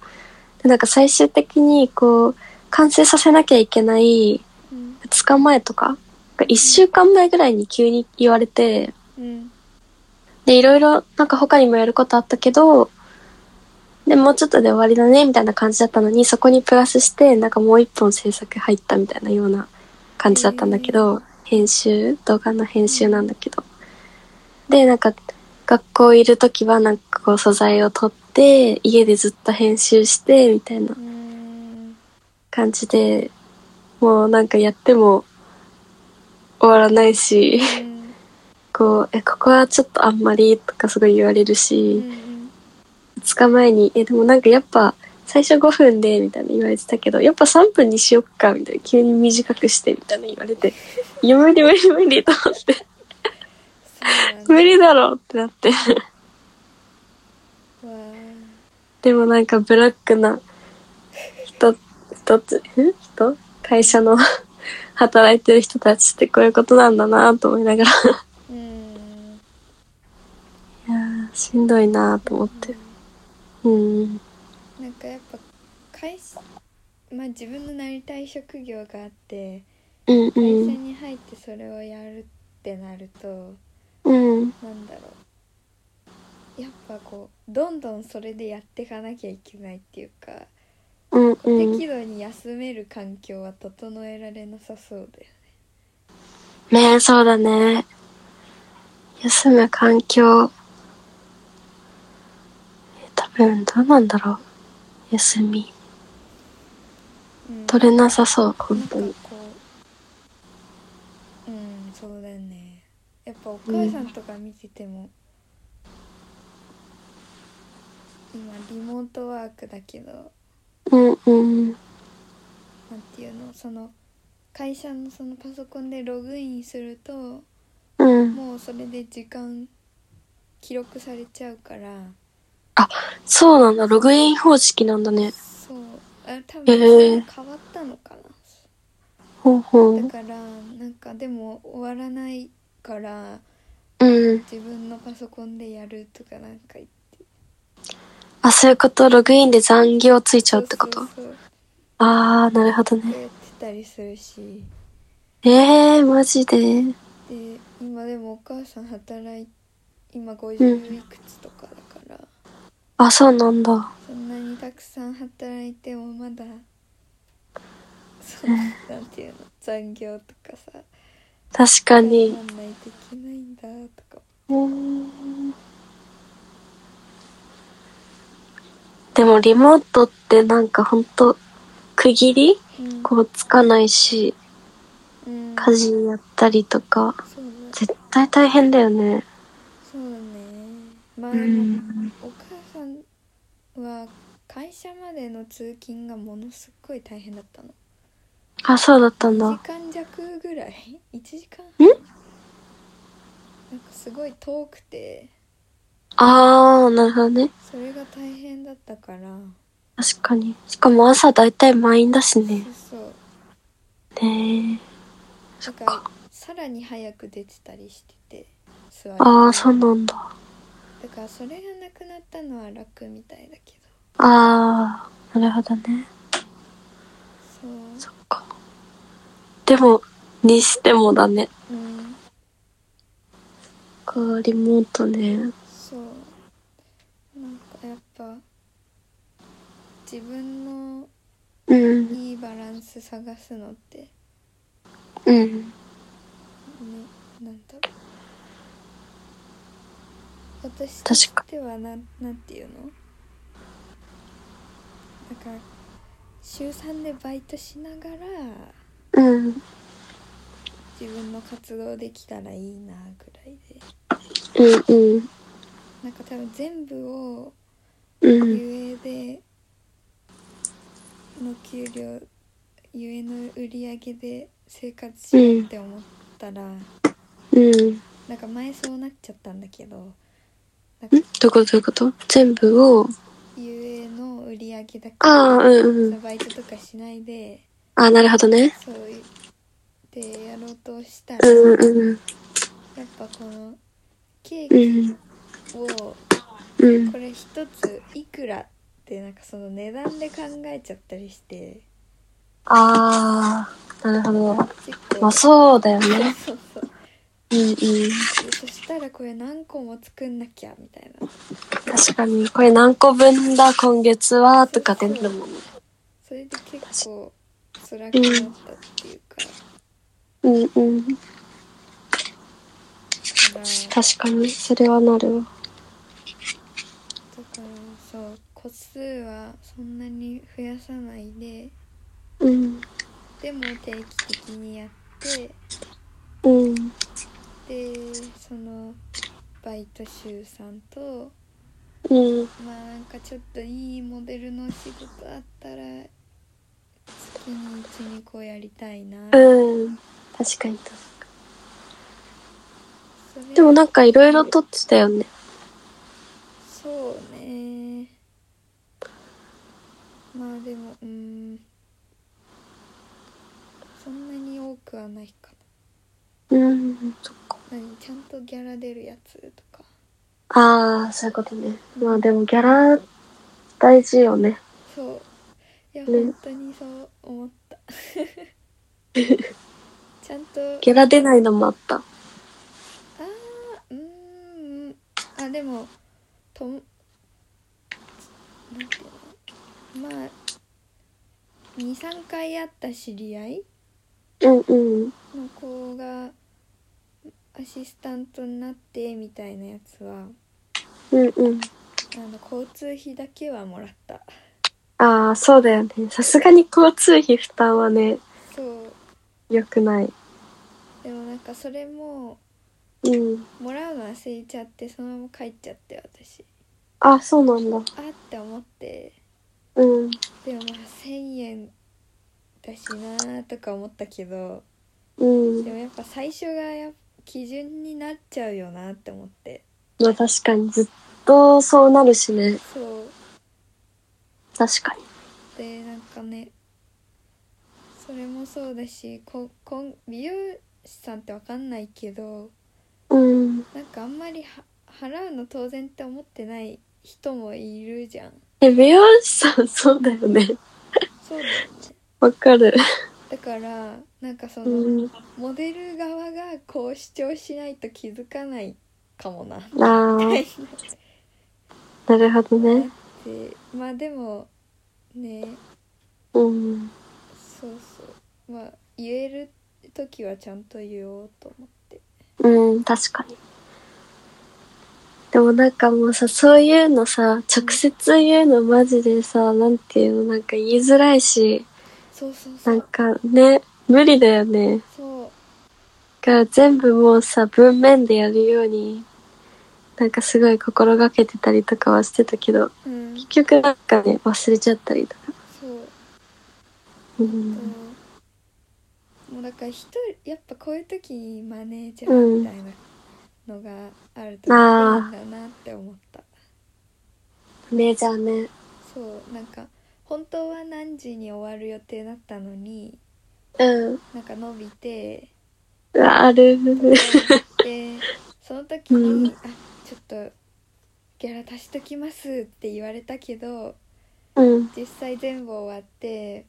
Speaker 1: でなんか最終的にこう完成させなきゃいけない
Speaker 2: うん
Speaker 1: 2日前とか1週間前ぐらいに急に言われて
Speaker 2: うん
Speaker 1: でいろいろなんか他にもやることあったけどでもうちょっとで終わりだねみたいな感じだったのにそこにプラスしてなんかもう一本制作入ったみたいなような感じだったんだけど、編集動画の編集なんだけどでなんか学校いる時はなんかこう素材を取って家でずっと編集してみたいな
Speaker 2: うん
Speaker 1: 感じでもうなんかやっても終わらないし
Speaker 2: うん
Speaker 1: こうえここはちょっとあんまりとかすごい言われる
Speaker 2: う
Speaker 1: し、
Speaker 2: ん
Speaker 1: 2日前にえでもなんかやっぱ最初5分でみたいな言われてたけどやっぱ3分にしよっかみたいな急に短くしてみたいな言われて「いや無理無理無理」と思って
Speaker 2: そう
Speaker 1: 「
Speaker 2: なんだ
Speaker 1: 無理だろ」ってなって
Speaker 2: わあ
Speaker 1: でもなんかブラックな人一つん人会社の働いてる人たちってこういうことなんだなと思いながら
Speaker 2: うん
Speaker 1: いやーしんどいなと思ってうん
Speaker 2: なんかやっぱ会社まあ自分のなりたい職業があって
Speaker 1: うんう
Speaker 2: 会社
Speaker 1: ん
Speaker 2: に入ってそれをやるってなると
Speaker 1: うん
Speaker 2: なんだろうやっぱこうどんどんそれでやっていかなきゃいけないっていうか
Speaker 1: うんうん
Speaker 2: 適度に休める環境は整えられなさそうだよ
Speaker 1: ねえそうだね休む環境え多分どうなんだろう休み
Speaker 2: うん
Speaker 1: 取れなさそう本当
Speaker 2: なん
Speaker 1: に
Speaker 2: かこううんそうだよねやっぱお母さんとか見てても、今リモートワークだけど
Speaker 1: うんうん
Speaker 2: なんていうのその会社のそのパソコンでログインすると
Speaker 1: うん
Speaker 2: もうそれで時間記録されちゃうから
Speaker 1: そうなんだログイン方式なんだね
Speaker 2: そうあ多
Speaker 1: へえ
Speaker 2: 分変わったのか
Speaker 1: ほうほ
Speaker 2: なだ
Speaker 1: う
Speaker 2: からなんかでも終わらないから
Speaker 1: うん
Speaker 2: 自分のパソコンでやるとかなんか言っ
Speaker 1: あそういうことログインで残業ついちゃうってこと
Speaker 2: そうそう
Speaker 1: ああなるほど
Speaker 2: そう
Speaker 1: ね
Speaker 2: やってたりするし
Speaker 1: ええー、マジで
Speaker 2: で今でもお母さん働い今50いくつとかだから、
Speaker 1: あそうなんだ
Speaker 2: そんなにたくさん働いてもまだそのなんていうの残業とかさ
Speaker 1: 確か
Speaker 2: 分
Speaker 1: に
Speaker 2: かんないといけないんだとか
Speaker 1: でもリモートってなんかほんと区切り
Speaker 2: うん
Speaker 1: こうつかないし
Speaker 2: うん
Speaker 1: 家事やったりとか
Speaker 2: そうだ
Speaker 1: 絶対大変だよね
Speaker 2: そうだねまあ
Speaker 1: う
Speaker 2: でも
Speaker 1: ん
Speaker 2: お母さんは会社までの通勤がものすっごい大変だったの
Speaker 1: あそうだった
Speaker 2: 1
Speaker 1: ん
Speaker 2: 時
Speaker 1: だ
Speaker 2: 間弱ぐらい1時間
Speaker 1: ん
Speaker 2: なんかすごい遠くて
Speaker 1: ああなるほどね
Speaker 2: それが大変だったから
Speaker 1: 確かにしかも朝だいたい満員だし
Speaker 2: そう
Speaker 1: ね
Speaker 2: そう
Speaker 1: ねえ
Speaker 2: なん
Speaker 1: か
Speaker 2: かさらに早く出てたりしてて座り
Speaker 1: ああそうなんだ
Speaker 2: だからそれがなくなったのは楽みたいだけど
Speaker 1: ああ、なるほどね。
Speaker 2: そう
Speaker 1: そっか。でも、にしてもだね。
Speaker 2: うん
Speaker 1: か、リモートね。
Speaker 2: そうなんかやっぱ自分の
Speaker 1: うん。
Speaker 2: いいバランス探すのってね
Speaker 1: うん。
Speaker 2: なんだろう私と
Speaker 1: 確
Speaker 2: し
Speaker 1: か
Speaker 2: てはなんなんていうのだから週3でバイトしながら
Speaker 1: うん。
Speaker 2: 自分の活動できたらいいなぐらいで
Speaker 1: うんうん。
Speaker 2: なんか多分全部を
Speaker 1: うん。
Speaker 2: ゆえでの給料ゆえの売り上げで生活しようって思ったら、
Speaker 1: うん。ん
Speaker 2: なんか前そうなっちゃったんだけど
Speaker 1: どういうことどういうこと全部を。
Speaker 2: ゆえの売り上げだから
Speaker 1: ああ、うんうん。
Speaker 2: バイトとかしないで
Speaker 1: ああ、なるほどね。
Speaker 2: そういってやろうとしたら、
Speaker 1: うんうん
Speaker 2: やっぱこのケ
Speaker 1: う
Speaker 2: ー
Speaker 1: ん。
Speaker 2: キを
Speaker 1: うん。
Speaker 2: これ一ついくらってなんかその値段で考えちゃったりして
Speaker 1: ああ、なるほど。
Speaker 2: 結
Speaker 1: ま
Speaker 2: 構
Speaker 1: あそうだよね。
Speaker 2: [laughs] そうそう
Speaker 1: うんうん。
Speaker 2: でそしたらこれ何個も作んなきゃみたいな
Speaker 1: 確かに、これ何個分だ、今月は、とかってなるもんね。
Speaker 2: それで結構辛くなったっていうか
Speaker 1: うんうん。
Speaker 2: だから
Speaker 1: 確かに、それはなる
Speaker 2: だ
Speaker 1: わ。
Speaker 2: からそう個数はそんなに増やさないで
Speaker 1: うん。
Speaker 2: でも定期的にやって
Speaker 1: うん。
Speaker 2: でそのバイト週3と
Speaker 1: うん。
Speaker 2: まあなんかちょっといいモデルの仕事あったら月に12個やりたいな、
Speaker 1: うん。確かに。
Speaker 2: それ
Speaker 1: でもなんかいろいろ撮ってたよね。
Speaker 2: そうねまあでもうんそんなに多くはないか
Speaker 1: うん。そっか。
Speaker 2: な何ちゃんとギャラ出るやつとか
Speaker 1: ああ、そういうことね。まあでもギャラ、大事よね。
Speaker 2: そういや、
Speaker 1: ね
Speaker 2: 本当にそう思ったちゃんと
Speaker 1: ギャラ出ないのもあった。
Speaker 2: あーうーんあでもともなんていうのまあ23回会った知り合い
Speaker 1: うんうん。
Speaker 2: の子がアシスタントになってみたいなやつは
Speaker 1: うんうん。
Speaker 2: あの交通費だけはもらった
Speaker 1: ああ、そうだよね。さすがに交通費負担はね、
Speaker 2: そう
Speaker 1: 良くない。
Speaker 2: でもなんかそれも
Speaker 1: うん。
Speaker 2: もらうの忘れちゃってそのまま帰っちゃって私
Speaker 1: あ、そうなんだ。
Speaker 2: あって思って
Speaker 1: うん。
Speaker 2: でもまあ1,000円だしなーとか思ったけど
Speaker 1: うん
Speaker 2: で。もやっぱ最初がやっぱ基準になっちゃうよなって思って
Speaker 1: まあ確かにずっとそうなるしね。
Speaker 2: そう
Speaker 1: 確かに。
Speaker 2: でなんかねそれもそうだしここん美容師さんって分かんないけど
Speaker 1: うん。
Speaker 2: なんかあんまりは払うの当然って思ってない人もいるじゃん
Speaker 1: え、美容師さんそうだよね。
Speaker 2: そうだよね
Speaker 1: わかる。
Speaker 2: だからなんかその、
Speaker 1: うん。
Speaker 2: モデル側がこう主張しないと気づかないかもなっ
Speaker 1: ああ。なるほどね。
Speaker 2: てまあでもね
Speaker 1: うん。
Speaker 2: そうそうまあ言える時はちゃんと言おうと思って
Speaker 1: うん、確かに。でもなんかもうさ、そういうのさ、直接言うのマジでさ、なんていうの、なんか言いづらいし、
Speaker 2: そうそうそ
Speaker 1: なん
Speaker 2: う
Speaker 1: かね、無理だよね。
Speaker 2: そう
Speaker 1: だから全部もうさ、文面でやるように、なんかすごい心がけてたりとかはしてたけど、
Speaker 2: うんそ
Speaker 1: 結局なんかね、忘れちゃったりとか。
Speaker 2: う
Speaker 1: う
Speaker 2: と
Speaker 1: ん。
Speaker 2: もうだから一人やっぱこういう時にマネージャーみたいなのがあると
Speaker 1: あー
Speaker 2: 便利だなって思った
Speaker 1: メジャーね。
Speaker 2: そうなんか本当は何時に終わる予定だったのに
Speaker 1: うん。
Speaker 2: なんか伸びて
Speaker 1: うわある。
Speaker 2: でその時に、
Speaker 1: うん
Speaker 2: あちょっとギャラ足しときますって言われたけど
Speaker 1: うん。
Speaker 2: 実際全部終わって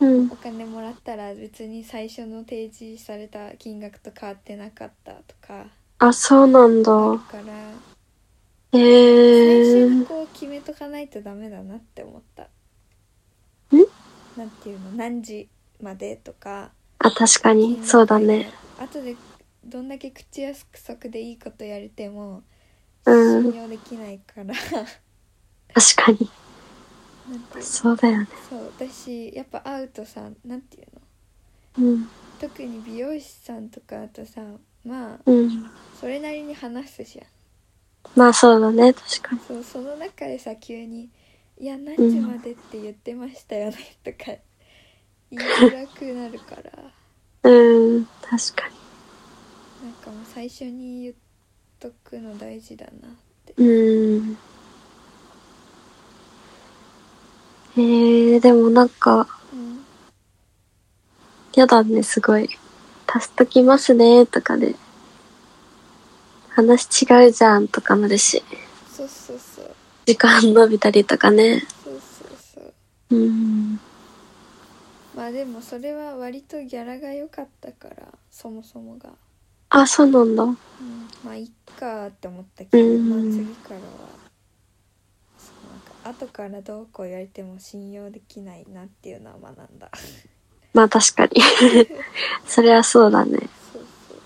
Speaker 1: うん
Speaker 2: お。金もらったら別に最初の提示された金額と変わってなかったとか
Speaker 1: あ、そうなんだ。
Speaker 2: あるから
Speaker 1: へ
Speaker 2: 最初
Speaker 1: え
Speaker 2: に
Speaker 1: ー。
Speaker 2: こう決めとかないとダメだなって思った。なんていうの何時までとか
Speaker 1: あ、確かに。そうだね。
Speaker 2: 後でどんだけ口約束でいいことやれても
Speaker 1: うん
Speaker 2: 信用できないからなん
Speaker 1: 確かに。
Speaker 2: ていうの
Speaker 1: そうだよね。
Speaker 2: そう私やっぱ会うとさなんていうの
Speaker 1: うん。
Speaker 2: 特に美容師さんとかだとさまあ
Speaker 1: うん。
Speaker 2: それなりに話すじゃん
Speaker 1: まあそうだね。確かに。
Speaker 2: そうその中でさ急に「いや何時までって言ってましたよね」とか [laughs] 言いづらくなるから
Speaker 1: うん。確か
Speaker 2: なんかもう最初に言っとくの大事だなって
Speaker 1: に。うん。えー、でもなんか、
Speaker 2: うん
Speaker 1: やだね、すごい。足すときますね、とかで。話違うじゃん、とかなるし。
Speaker 2: そうそうそう
Speaker 1: 時間伸びたりとかね。
Speaker 2: そうそうそう
Speaker 1: うん。
Speaker 2: まあでもそれは割とギャラが良かったからそもそもが、
Speaker 1: あ、そうなんだ。
Speaker 2: うん、まあいっかって思ったけど、
Speaker 1: うん
Speaker 2: まあ次からはそうなんか後からどうこう言われても信用できないなっていうのは学んだ
Speaker 1: まあ確かに。 [laughs] それはそうだね。
Speaker 2: そうそう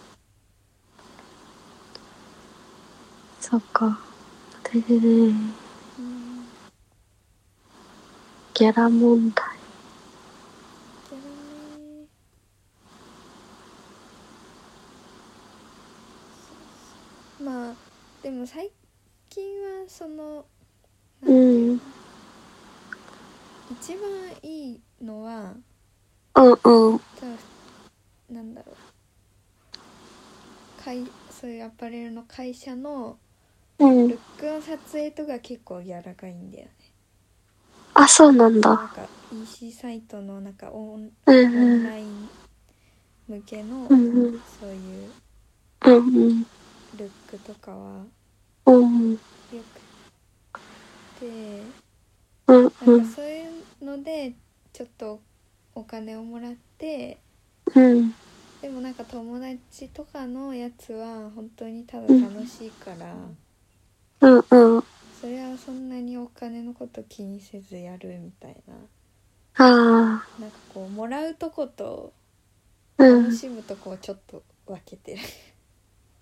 Speaker 1: そっか。でね、
Speaker 2: うん
Speaker 1: ギャラ問題。
Speaker 2: ギャラねそうそうまあでも最近はそのなんていうの、
Speaker 1: うん
Speaker 2: 一番いいのは
Speaker 1: うんうん。
Speaker 2: 多分なんだろう会そういうアパレルの会社の
Speaker 1: う
Speaker 2: ルッ
Speaker 1: ん。
Speaker 2: クの撮影とか結構ギャラがいいんだよね
Speaker 1: あ、そうなん
Speaker 2: な
Speaker 1: だ。
Speaker 2: んか EC サイトのなんかオンオ
Speaker 1: う
Speaker 2: ン
Speaker 1: んうん。
Speaker 2: ライン向けの
Speaker 1: うんうん
Speaker 2: そういう
Speaker 1: うんうん。
Speaker 2: ルックとかは
Speaker 1: うん
Speaker 2: よくてな
Speaker 1: うんう
Speaker 2: んか
Speaker 1: ん。
Speaker 2: そういうのでちょっとお金をもらって
Speaker 1: うん。
Speaker 2: でもなんか友達とかのやつは本当にただ楽しいから、
Speaker 1: うんうん。
Speaker 2: それはそんなにお金のこと気にせずやるみたいな
Speaker 1: ああ。
Speaker 2: なんかこうもらうとこと
Speaker 1: う
Speaker 2: 楽
Speaker 1: ん。
Speaker 2: しむとこをちょっと分けてる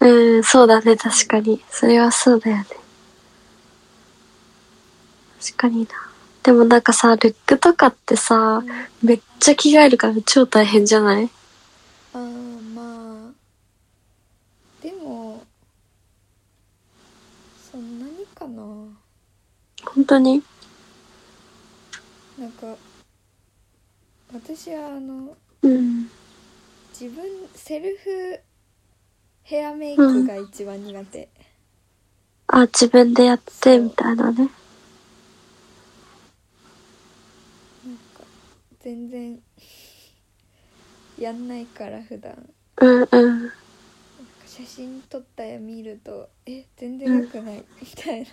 Speaker 1: うん、そうだね。確かに。それはそうだよね。確かにな。でもなんかさ、ルックとかって
Speaker 2: う
Speaker 1: さ、
Speaker 2: んあ
Speaker 1: めっちゃ着替えるから超大変じゃない
Speaker 2: ーまあでもそんなにかな
Speaker 1: 本当に
Speaker 2: なんか私はあの
Speaker 1: うん。
Speaker 2: 自分セルフヘアメイクが一番苦手、
Speaker 1: あ、自分でやって、みたいなね。
Speaker 2: なんか全然やんないから普段
Speaker 1: うんうん。
Speaker 2: 写真撮ったや見るとえ全然良くないみた
Speaker 1: [laughs]
Speaker 2: いな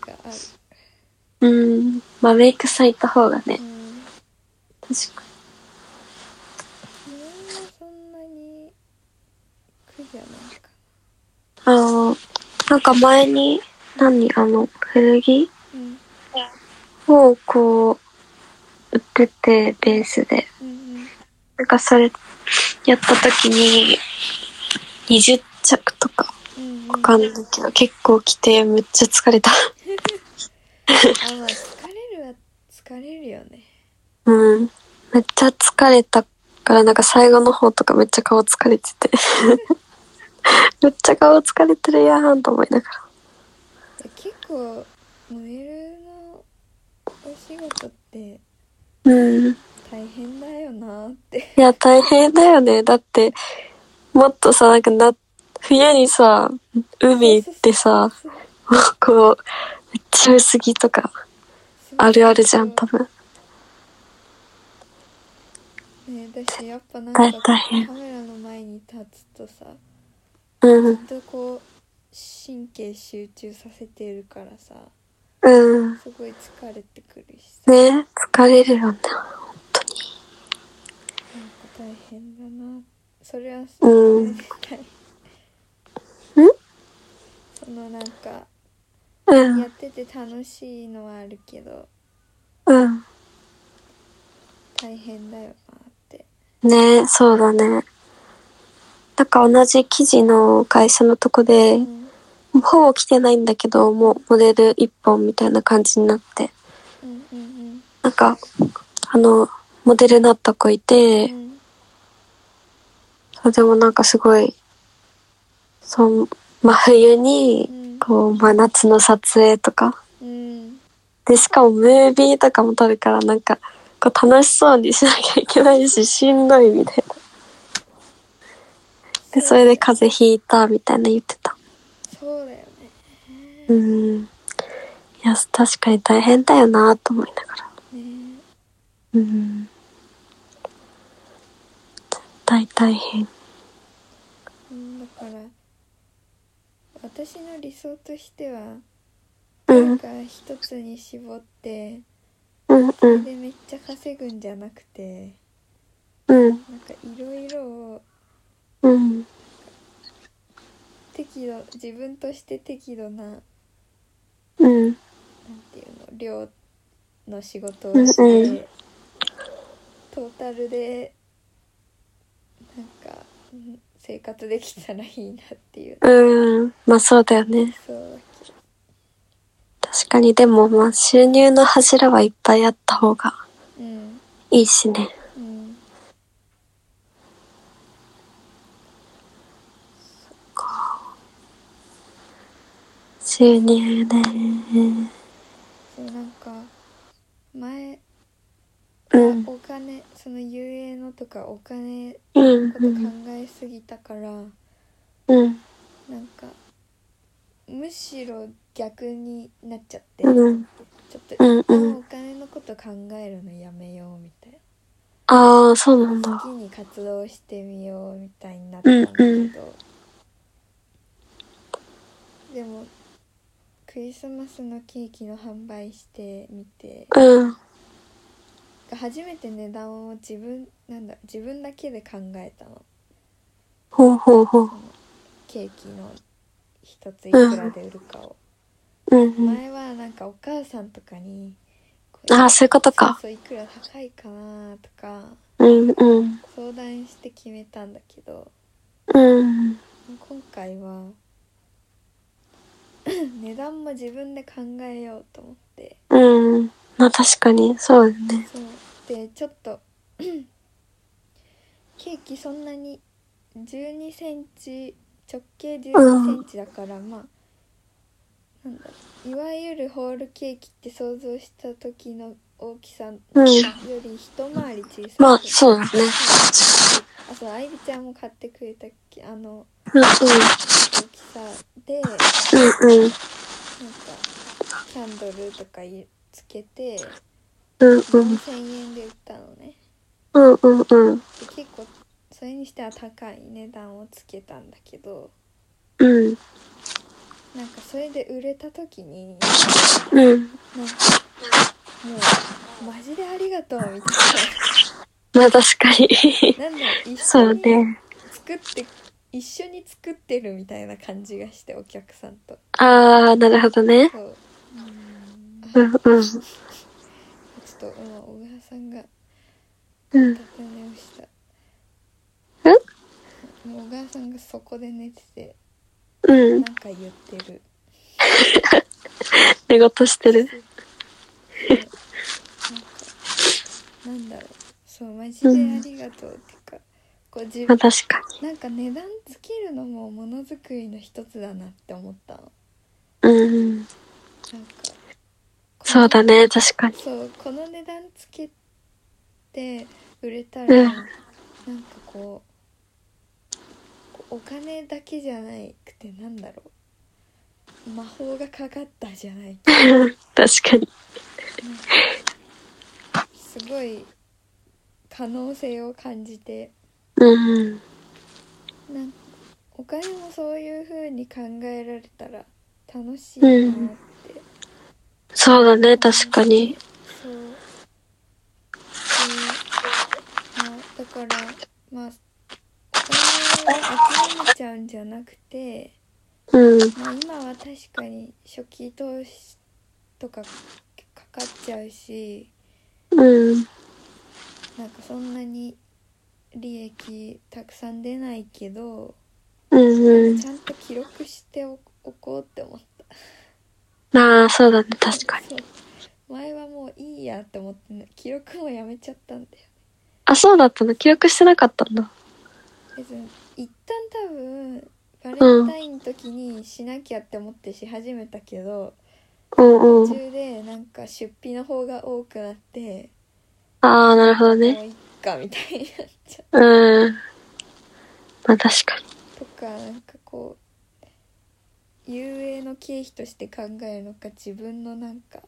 Speaker 2: がある、
Speaker 1: うん。まあ、メイクさん行った方がね
Speaker 2: う。ん、
Speaker 1: 確か
Speaker 2: 自分はそんなに苦じゃないか
Speaker 1: に。あの、なんか前に、何あの、古着
Speaker 2: うん
Speaker 1: をこう、売ってて、ベースで。
Speaker 2: うんうん
Speaker 1: なんかそれ、やった時に、20着とか、
Speaker 2: うんうん
Speaker 1: わかんないけど、結構着て、めっちゃ疲れた。
Speaker 2: あ
Speaker 1: [laughs]
Speaker 2: まあ疲れるは疲れるよね
Speaker 1: うん。めっちゃ疲れたから、なんか最後の方とかめっちゃ顔疲れてて。 [laughs] めっちゃ顔疲れてるやんと思いながら。
Speaker 2: 結構モデルのお仕事って
Speaker 1: うん。い
Speaker 2: 大変だよなって
Speaker 1: や、大変だよね。だって、もっとさ、なんかな、冬にさ、海行ってさ、
Speaker 2: そうそう
Speaker 1: こう、めっちゃ薄着とか、
Speaker 2: そう
Speaker 1: あるあるじゃん、多分。
Speaker 2: ねだしやっぱなん
Speaker 1: 大
Speaker 2: か
Speaker 1: 大変
Speaker 2: カメラの前に立つとさ
Speaker 1: う
Speaker 2: ず
Speaker 1: ん
Speaker 2: っ。とこう神経集中させてるからさ
Speaker 1: うん。
Speaker 2: すごい疲れてくるしさ
Speaker 1: ね疲れるよね。
Speaker 2: なんか大変だなそれは
Speaker 1: うん
Speaker 2: [laughs] んそのなんか
Speaker 1: う
Speaker 2: や
Speaker 1: ん。
Speaker 2: ってて楽しいのはあるけど
Speaker 1: うん。
Speaker 2: 大変だよなって
Speaker 1: ねそうだね。なんか同じ記事の会社のとこで
Speaker 2: う、ん
Speaker 1: ほぼ来てないんだけど、もうモデル一本みたいな感じになって。
Speaker 2: うんうん
Speaker 1: なんか、あの、モデルになった子い
Speaker 2: うんう
Speaker 1: て、
Speaker 2: ん
Speaker 1: でもなんかすごい、そう、真冬に、こう、真夏の撮影とか。
Speaker 2: うん
Speaker 1: で、しかもムービーとかも撮るから、なんか、こう楽しそうにしなきゃいけないし、しんどいみたいな。で、それで風邪ひいたみたいな言ってた。
Speaker 2: そうだよね
Speaker 1: うん。いや、確かに大変だよなと思いながら。
Speaker 2: ね
Speaker 1: うん。絶対大変。
Speaker 2: うんだから私の理想としては
Speaker 1: う
Speaker 2: なん
Speaker 1: ん、
Speaker 2: か一つに絞って
Speaker 1: うん、う
Speaker 2: それ
Speaker 1: ん、
Speaker 2: でめっちゃ稼ぐんじゃなくて
Speaker 1: うん、
Speaker 2: なんかいろいろを
Speaker 1: うん、
Speaker 2: 適度自分として適度ななん
Speaker 1: うん、
Speaker 2: ていうの量の仕事
Speaker 1: うんう
Speaker 2: を
Speaker 1: ん
Speaker 2: して、トータルでなんかうん生活できたらいいなっていう
Speaker 1: うん。まあそうだよね。
Speaker 2: そうだけど
Speaker 1: 確かに、でもまあ収入の柱はいっぱいあった方が
Speaker 2: うん
Speaker 1: いいしね。
Speaker 2: うん
Speaker 1: 収入ね。
Speaker 2: そうなんか前
Speaker 1: うん、
Speaker 2: お金その遊泳のとかお金の
Speaker 1: う
Speaker 2: こと考
Speaker 1: ん、
Speaker 2: えすぎたから、
Speaker 1: うん、
Speaker 2: なんかむしろ逆になっちゃって、
Speaker 1: うん。
Speaker 2: ちょっと
Speaker 1: うん
Speaker 2: 一
Speaker 1: うん
Speaker 2: 旦お金のこと考えるのやめようみたい
Speaker 1: ああ、そうなん
Speaker 2: な
Speaker 1: だ。
Speaker 2: 好きに活動してみようみたいになったんだけど、
Speaker 1: うんうん
Speaker 2: でもクリスマスのケーキの販売してみて
Speaker 1: うん、
Speaker 2: 初めて値段を自分なんだ自分だけで考えたの
Speaker 1: ほうほうほう。
Speaker 2: ケーキの一ついくらで売るかを、
Speaker 1: うん、うん。
Speaker 2: 前はなんかお母さんとかにこう
Speaker 1: ああ、そういうこと
Speaker 2: そ
Speaker 1: か。
Speaker 2: うそういくら高いかなとか
Speaker 1: うん、うん、
Speaker 2: 相談して決めたんだけど
Speaker 1: うん、
Speaker 2: 今回は [laughs] 値段も自分で考えようと思って
Speaker 1: うん。まあ確かに、そうだね。
Speaker 2: そうでちょっと [clears throat] ケーキそんなに12センチ直径12センチだから、まあなんだいわゆるホールケーキって想像した時の大きさよ
Speaker 1: うん
Speaker 2: り一回り小さい、
Speaker 1: まあそうだね。
Speaker 2: あそう愛理ちゃんも買ってくれたっけあの
Speaker 1: うん、
Speaker 2: 大きさでなんか
Speaker 1: うん、うん、
Speaker 2: キャンドルとかいつけて
Speaker 1: うん、うん、
Speaker 2: 4000円で売ったのね
Speaker 1: うん、うん、うん、
Speaker 2: で結構それにしては高い値段をつけたんだけど
Speaker 1: うん、
Speaker 2: なんかそれで売れた時に
Speaker 1: うん。
Speaker 2: なんかもうマジでありがとうみた
Speaker 1: まあ確かに。 [laughs]
Speaker 2: いななんだろう一
Speaker 1: そ
Speaker 2: 緒
Speaker 1: う
Speaker 2: に
Speaker 1: ね。
Speaker 2: 作って一緒に作ってるみたいな感じがしてお客さんと
Speaker 1: ああ、なるほどね。
Speaker 2: そう
Speaker 1: うん、うん、
Speaker 2: ちょっと今小川さんが
Speaker 1: うん。
Speaker 2: 立て寝をした
Speaker 1: え
Speaker 2: もう小川さんがそこで寝てて
Speaker 1: う
Speaker 2: なんん。か言ってる
Speaker 1: 寝言してる。
Speaker 2: なんかなんだろうそうマジでありがとうってかこう自
Speaker 1: まあ
Speaker 2: 分
Speaker 1: 確か
Speaker 2: なんか値段つけるのもものづくりの一つだなって思ったの
Speaker 1: に。うん。
Speaker 2: なんかこの
Speaker 1: そうだね、確かに。
Speaker 2: そうこの値段つけて売れたら、
Speaker 1: うん
Speaker 2: なんかこうこうお金だけじゃないくてなんだろう魔法がかかったじゃないけ
Speaker 1: 確かに。
Speaker 2: どなんかすごい可能性を感じて
Speaker 1: うん。
Speaker 2: なんお金もそういう風に考えられたら楽しいなって、
Speaker 1: うんそうだね、確かに。
Speaker 2: そうでまあだからまあお金を集めちゃうんじゃなくて
Speaker 1: うん、
Speaker 2: まあ、今は確かに初期投資とかかかっちゃうし
Speaker 1: うん、
Speaker 2: なんかそんなに利益たくさん出ないけど、
Speaker 1: うん、うん。
Speaker 2: ちゃんと記録しておおこうって思った
Speaker 1: まあ、そうだね、確かに。
Speaker 2: そう前はもういいやって思って、ね、記録もやめちゃったんだよ
Speaker 1: あ、そうだったの記録してなかったんだ。
Speaker 2: 別に一旦多分バレンタインの時にしなきゃって思ってし始めたけど、
Speaker 1: うん
Speaker 2: 途
Speaker 1: うん。
Speaker 2: 中でなんか出費の方が多くなって
Speaker 1: ああ、なるほどね。
Speaker 2: もういっかみたいになっちゃう
Speaker 1: うん。まあ、確かに。
Speaker 2: とかなんかこう遊泳の経費として考えるのか自分のなんか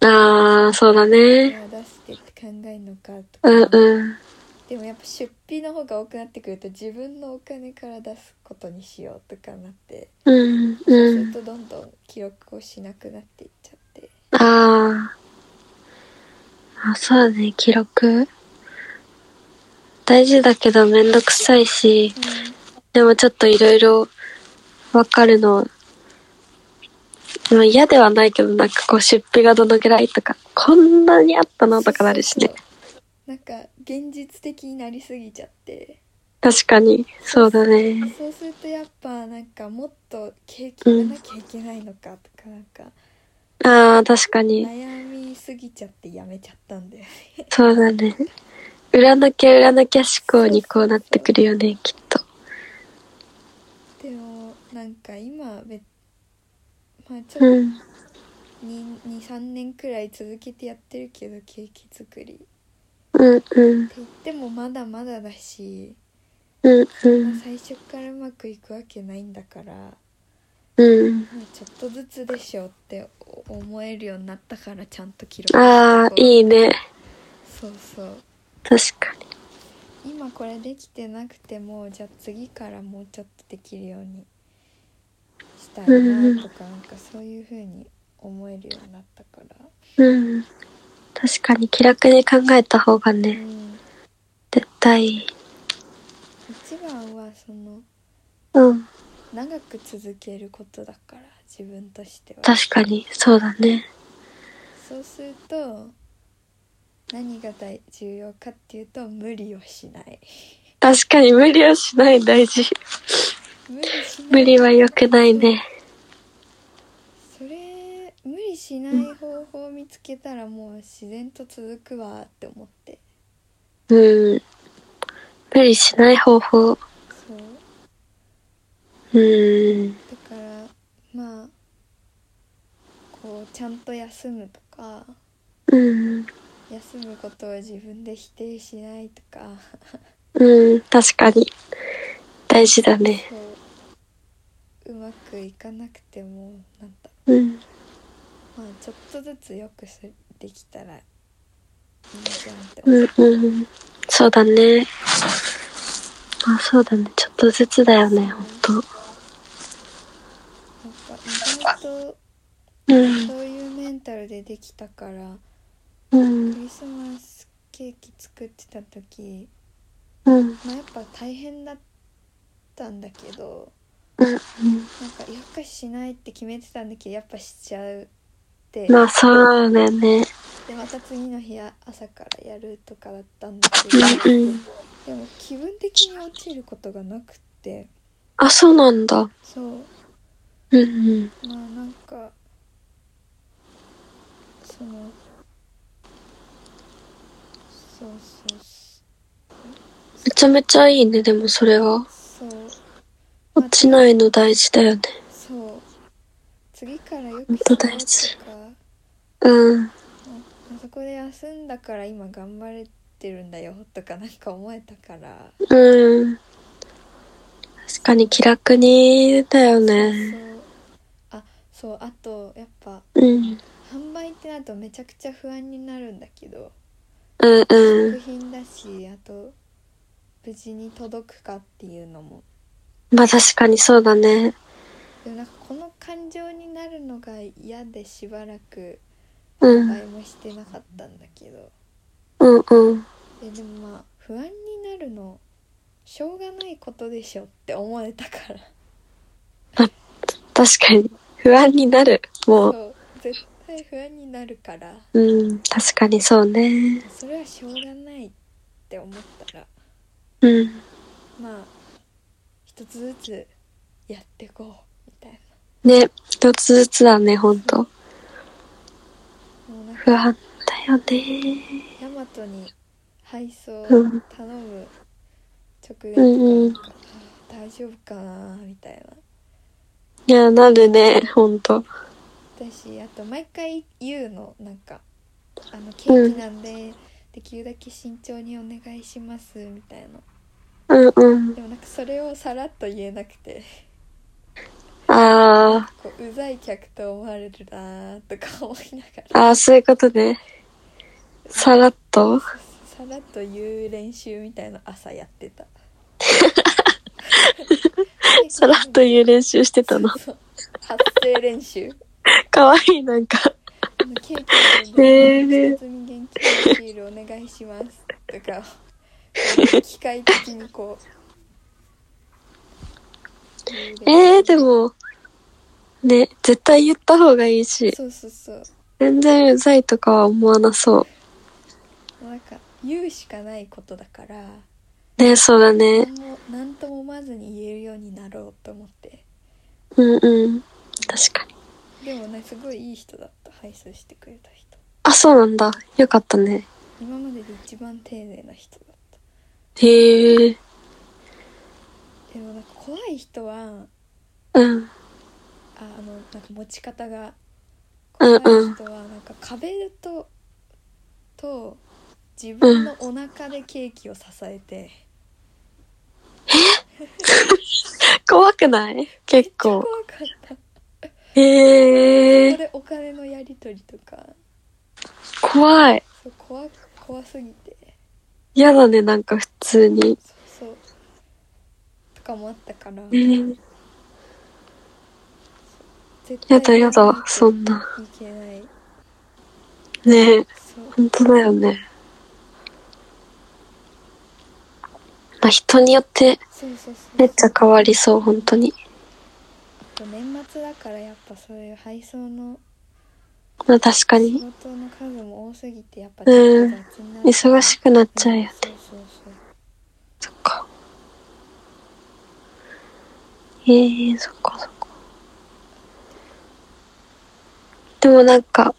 Speaker 1: ああ、そうだね。
Speaker 2: 出してって考えるのかとか、
Speaker 1: うんうん。
Speaker 2: でもやっぱ出費の方が多くなってくると自分のお金から出すことにしようとかなって、
Speaker 1: うん
Speaker 2: そうす
Speaker 1: う
Speaker 2: る
Speaker 1: ん。
Speaker 2: とどんどん記録をしなくなっていっちゃって
Speaker 1: ああ。あ、そうだね、記録。大事だけどめんどくさいし、でもちょっといろいろわかるの、まあ嫌ではないけど、なんかこう出費がどのぐらいとか、こんなにあったのとかなるしね
Speaker 2: そう。そうなんか現実的になりすぎちゃって
Speaker 1: 確かに、そうだね。
Speaker 2: そうするとやっぱなんかもっと経験がなきゃいけないのかとかなんか
Speaker 1: ああ、確かに。
Speaker 2: 悩みすぎちゃってやめちゃったんだよね
Speaker 1: そうだね。裏なきゃ裏なきゃ思考にこうなってくるよね、きっと。
Speaker 2: でもなんか今べまあちょっ
Speaker 1: うん。
Speaker 2: と23年くらい続けてやってるけどケーキ作りって
Speaker 1: うんう
Speaker 2: 言
Speaker 1: ん。
Speaker 2: ってもまだまだだし、
Speaker 1: うんう
Speaker 2: まあ
Speaker 1: ん。
Speaker 2: 最初からうまくいくわけないんだから、ま
Speaker 1: うん。
Speaker 2: あ、ちょっとずつでしょって思えるようになったからちゃんと記録
Speaker 1: ああ、
Speaker 2: い
Speaker 1: いいね。
Speaker 2: そうそう
Speaker 1: 確かに。
Speaker 2: 今これできてなくてもじゃあ次からもうちょっとできるようにしたいなとか、なんかそういう風に思えるようになったから。
Speaker 1: うん。確かに気楽に考えた方が
Speaker 2: う
Speaker 1: ね、
Speaker 2: ん
Speaker 1: 絶対いい。
Speaker 2: 一番はその
Speaker 1: うん。
Speaker 2: 長く続けることだから自分としては
Speaker 1: 確かに、そうだね。
Speaker 2: そうすると何が大重要かっていうと無理をしない
Speaker 1: 確かに無理はしない大事。
Speaker 2: 無理しない
Speaker 1: 無理は良くないね。
Speaker 2: それ無理しない方法を見つけたらもう自然と続くわって思って
Speaker 1: うん。無理しない方法。
Speaker 2: そう
Speaker 1: うん。
Speaker 2: だからまあこうちゃんと休むとか
Speaker 1: うん。
Speaker 2: 休むことを自分で否定しないとか
Speaker 1: うん、確かに。大事だね。
Speaker 2: そううまくいかなくてもなんだ
Speaker 1: うん。
Speaker 2: まあちょっとずつよくすできたらいいじゃんって思う、
Speaker 1: うんうん。そうだね。まあそうだね。ちょっとずつだよね、ほんと。
Speaker 2: なんか意外と
Speaker 1: うん。
Speaker 2: そういうメンタルでできたから
Speaker 1: うん
Speaker 2: ク。リスマスケーキ作ってた時
Speaker 1: うん。
Speaker 2: まあやっぱ大変だったんだけど
Speaker 1: うん。
Speaker 2: なんか夜更かししないって決めてたんだけどやっぱしちゃうって
Speaker 1: まあそうだよね。
Speaker 2: でまた次の日や朝からやるとかだったんだけど
Speaker 1: うんうん。
Speaker 2: でも気分的に落ちることがなくって
Speaker 1: あ、そうなんだ。
Speaker 2: そう
Speaker 1: うんうん。
Speaker 2: まあなんかそのそうそう
Speaker 1: めちゃめちゃいいね、でもそれは。
Speaker 2: そう
Speaker 1: 落ちないの大事だよね。
Speaker 2: そう次からよく
Speaker 1: 本
Speaker 2: し
Speaker 1: 当
Speaker 2: よう
Speaker 1: だよ
Speaker 2: とか
Speaker 1: うん。
Speaker 2: あそこで休んだから今頑張れてるんだよとかなんか思えたから
Speaker 1: うん。確かに気楽にだ
Speaker 2: そ
Speaker 1: よ
Speaker 2: う
Speaker 1: ね。
Speaker 2: あそうあとやっぱ
Speaker 1: うん。
Speaker 2: 販売ってなるとめちゃくちゃ不安になるんだけど
Speaker 1: うんう
Speaker 2: 食
Speaker 1: ん。
Speaker 2: 品だしあと無事に届くかっていうのも
Speaker 1: まあ確かにそうだね。
Speaker 2: でもなんかこの感情になるのが嫌でしばらく
Speaker 1: う
Speaker 2: 場
Speaker 1: ん。
Speaker 2: 合もしてなかったんだけど
Speaker 1: うんうん。
Speaker 2: えでもまあ不安になるのしょうがないことでしょって思えた
Speaker 1: [laughs]
Speaker 2: から
Speaker 1: 確かに。不安になる。も。
Speaker 2: そうう絶対不安になるから
Speaker 1: うん。確かにそうね。
Speaker 2: それはしょうがないって思ったら
Speaker 1: うん。
Speaker 2: まあ一つずつやっていこうみたい
Speaker 1: ね。一つずつだね、ほんと。
Speaker 2: なもうなんか
Speaker 1: 不安だよね。
Speaker 2: ヤマトに配送頼
Speaker 1: う
Speaker 2: む
Speaker 1: ん
Speaker 2: 直前
Speaker 1: う
Speaker 2: と
Speaker 1: んうん。
Speaker 2: か、あー大丈夫かなみたい
Speaker 1: いや、なるね、ほんと。
Speaker 2: なだしあと毎回言うのなんか「あのケーキなんで、できるだけ慎重にお願いします」みたいな
Speaker 1: うんうん。
Speaker 2: でもなんかそれをさらっと言えなくて
Speaker 1: あ
Speaker 2: こううざい客と思われるなーとか思いなが
Speaker 1: あ、ああ、そういうことね。さらっと。
Speaker 2: らさらっと言う練習みたいな朝やってた
Speaker 1: [laughs] さらっと言う練習してたの。
Speaker 2: そう発声練習
Speaker 1: [laughs] かわいい、なんか。
Speaker 2: あのケーキの
Speaker 1: へー
Speaker 2: 一つに元気のシールお願いしますとか機械的にこう
Speaker 1: えー、でも、ね、絶対言った方がいいし、
Speaker 2: そうそうそう
Speaker 1: 全然うざいとかは思わなそ
Speaker 2: なんか言うしかないことだから
Speaker 1: う。ね、そうだね
Speaker 2: 何。も何とも思わずに言えるようになろうと思って
Speaker 1: うんうん。確かに。
Speaker 2: でもねすごいいい人だった配送してくれた人
Speaker 1: あ、そうなんだ。よかったね。
Speaker 2: 今までで一番丁寧な人だっ
Speaker 1: へえ。
Speaker 2: たでもなんか怖い人は
Speaker 1: うん。
Speaker 2: ああのなんか持ち方が
Speaker 1: うん
Speaker 2: 怖
Speaker 1: うん
Speaker 2: い人はなんか壁とと自分のお腹でケーキを支えて
Speaker 1: [laughs] 怖くない結
Speaker 2: 怖
Speaker 1: 構
Speaker 2: か。ったこ
Speaker 1: へ
Speaker 2: こ
Speaker 1: え。
Speaker 2: でお金のやり取りとか
Speaker 1: 怖い。
Speaker 2: そう怖怖すぎて
Speaker 1: 嫌だね、なんか普通に。
Speaker 2: そうそうとかもあったから
Speaker 1: えー
Speaker 2: 絶
Speaker 1: やだや
Speaker 2: やらな
Speaker 1: だ
Speaker 2: い、と
Speaker 1: そんな。
Speaker 2: いけない
Speaker 1: ね
Speaker 2: そ
Speaker 1: え、
Speaker 2: う
Speaker 1: 本当だよね。まあ人によって
Speaker 2: そうそうそう
Speaker 1: めっちゃ変わりそう、本当に。
Speaker 2: あと年末だからやっぱそういう配送の
Speaker 1: まあ確か
Speaker 2: 仕
Speaker 1: に。
Speaker 2: 事の数も多すぎてやっぱち
Speaker 1: う
Speaker 2: ょっ
Speaker 1: ん
Speaker 2: と雑になるから
Speaker 1: 忙しくなっちゃうよね。
Speaker 2: んそうそう
Speaker 1: そっか。ええそっかそっか。でもなんか、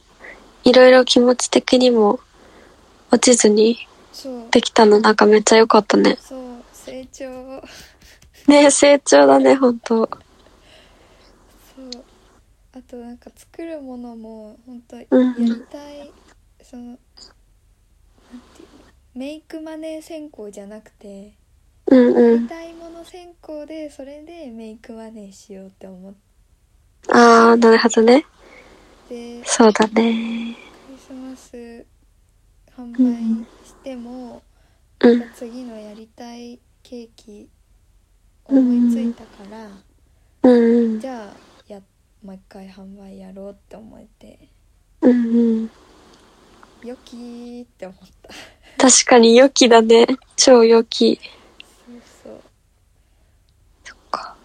Speaker 1: いろいろ気持ち的にも落ちずに
Speaker 2: そうそう
Speaker 1: できたのなんかめっちゃ良かったね。
Speaker 2: そう成長を
Speaker 1: ねえ、成長だね、本当
Speaker 2: そうあとなんか作るものも本当や
Speaker 1: うん
Speaker 2: りたいそのなんていうのメイクマネー専攻じゃなくて
Speaker 1: うんう
Speaker 2: やり
Speaker 1: ん。
Speaker 2: たいもの専攻でそれでメイクマネーしようって思っ
Speaker 1: ああ、なるほどね。
Speaker 2: てク
Speaker 1: そうだね。
Speaker 2: リスマス販売しても、
Speaker 1: うん。
Speaker 2: 次のやりたいケーキ思いついたから、
Speaker 1: うんうん。
Speaker 2: じゃあやもう一回販売やろうって思えて
Speaker 1: うんうん。
Speaker 2: よきーって思った
Speaker 1: 確かに良きだね。超良き。
Speaker 2: そうそう
Speaker 1: そっか。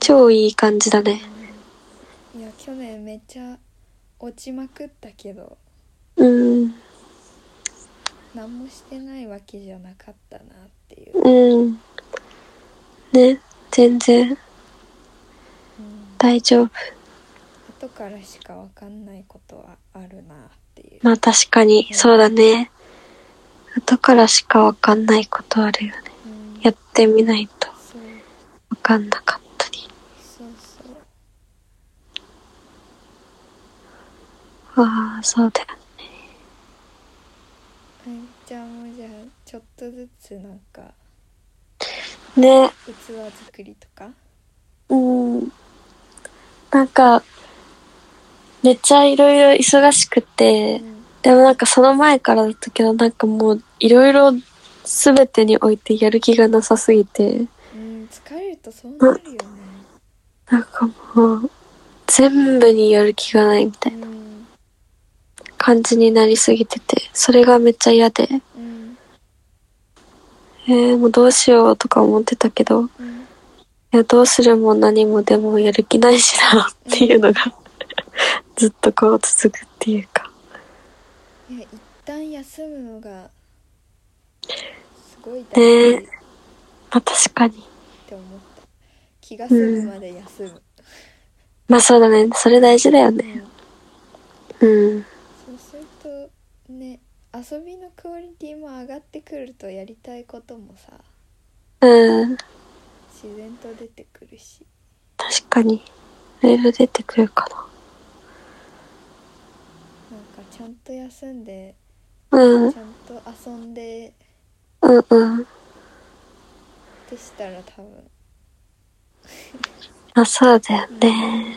Speaker 1: 超いい感じだね。
Speaker 2: いや去年めっちゃ落ちまくったけど
Speaker 1: うん。
Speaker 2: 何もしてないわけじゃなかったなっていう、
Speaker 1: うん。ね、全然
Speaker 2: うん、
Speaker 1: 大丈夫。
Speaker 2: 後からしか分かんないことはあるなっていう
Speaker 1: まあ確かに、そうだね。後からしかわかんないことあるよね。
Speaker 2: うん
Speaker 1: やってみないと
Speaker 2: そう
Speaker 1: わかんなかったり。
Speaker 2: そうそう
Speaker 1: ああ、そうだよ。
Speaker 2: あゆみちゃんもじゃあちょっとずつなんか
Speaker 1: ね、
Speaker 2: 器作りとか
Speaker 1: うん。なんか、めっちゃいろいろ忙しく
Speaker 2: う
Speaker 1: て、
Speaker 2: ん
Speaker 1: でもなんかその前からだったけど、なんかもういろいろ全てにおいてやる気がなさすぎて、
Speaker 2: うん疲れるとそうなるよね、
Speaker 1: なんかもう、全部にやる気がないみたいな
Speaker 2: うん
Speaker 1: 感じになりすぎてて、それがめっちゃ嫌で、
Speaker 2: うん
Speaker 1: えー、もうどうしようとか思ってたけど、い
Speaker 2: うん
Speaker 1: や、どうするも何もでもやる気ないしなっていうのが、ずっとこう続くっていうか。
Speaker 2: いや一旦休むのがすごい大事
Speaker 1: ねえ。まあ確かに。
Speaker 2: って思った気が済むまで休む、
Speaker 1: まあそうだね。それ大事だよ
Speaker 2: う
Speaker 1: ね。
Speaker 2: ん
Speaker 1: うん。
Speaker 2: そうするとね遊びのクオリティも上がってくるとやりたいこともさ
Speaker 1: うん。
Speaker 2: 自然と出てくるし
Speaker 1: 確かに。メール出てくるか
Speaker 2: なんかちゃんと休んで
Speaker 1: な。うん。
Speaker 2: ちゃんと遊んで
Speaker 1: うんうん。
Speaker 2: ってしたら多分
Speaker 1: まあそうだよね。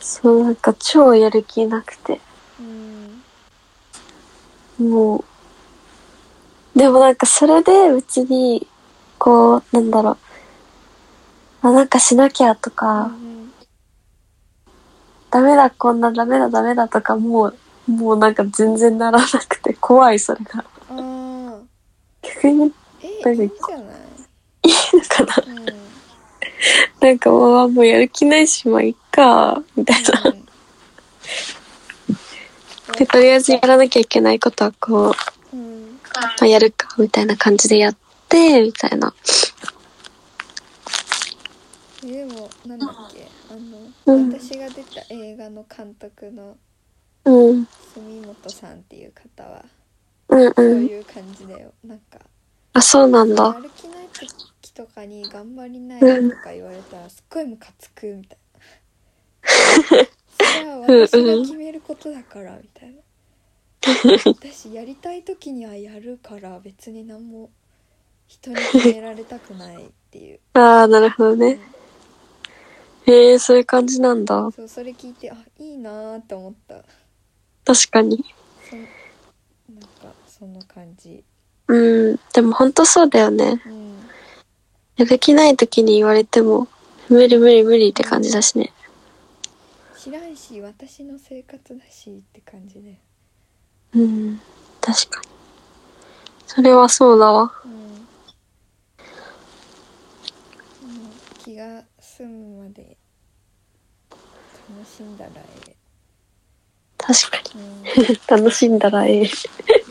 Speaker 1: そう、なんか超やる気なくて。
Speaker 2: うん
Speaker 1: もう。でもなんかそれで別に、こう、なんだろう。あ、なんかしなきゃとか、
Speaker 2: うん
Speaker 1: ダメだ、こんなダメだ、ダメだとか、もう、もうなんか全然ならなくて怖い、それが。
Speaker 2: ああ
Speaker 1: 逆にいい
Speaker 2: えいい
Speaker 1: 大
Speaker 2: ん
Speaker 1: 丈夫
Speaker 2: じゃない
Speaker 1: のかな
Speaker 2: うん、
Speaker 1: なんかもう、もうやる気ないし、まあいっか、みたいな。で、とりあえずやらなきゃいけないことはこう、ま
Speaker 2: うんうん、
Speaker 1: あやるか、みたいな感じでやって、みたいな。
Speaker 2: えでもなんだっけあの、
Speaker 1: うん
Speaker 2: 私が出た映画の監督の
Speaker 1: うん。
Speaker 2: 住本さんっていう方は
Speaker 1: うん
Speaker 2: そう
Speaker 1: うん。
Speaker 2: いう感じだよなんか
Speaker 1: あ、そうなんだ。
Speaker 2: 歩きない時とかに「頑張りない」とか言われたらすっごいムカつくみたい
Speaker 1: [laughs]
Speaker 2: な「それは私が決めることだから」み
Speaker 1: [laughs]
Speaker 2: たいな私やりたい時にはやるから別に何も人に決められたくないっていう
Speaker 1: ああ、なるほどね。へえ、そういう感じなんだ。
Speaker 2: そうそれ聞いてあいいなーって思った
Speaker 1: 確かに。
Speaker 2: そんなんかその感じ
Speaker 1: うん。でも本当そうだよね。
Speaker 2: うん
Speaker 1: やる気ない時に言われても、無理無理無理って感じだしね。
Speaker 2: 知らんし私の生活だしって感じで
Speaker 1: うん。確かに。それはそうだわ。
Speaker 2: うん、もう気が済むまで楽しんだらえ
Speaker 1: 確か
Speaker 2: え、うん、や
Speaker 1: に。楽しんだらええ。
Speaker 2: りたいっ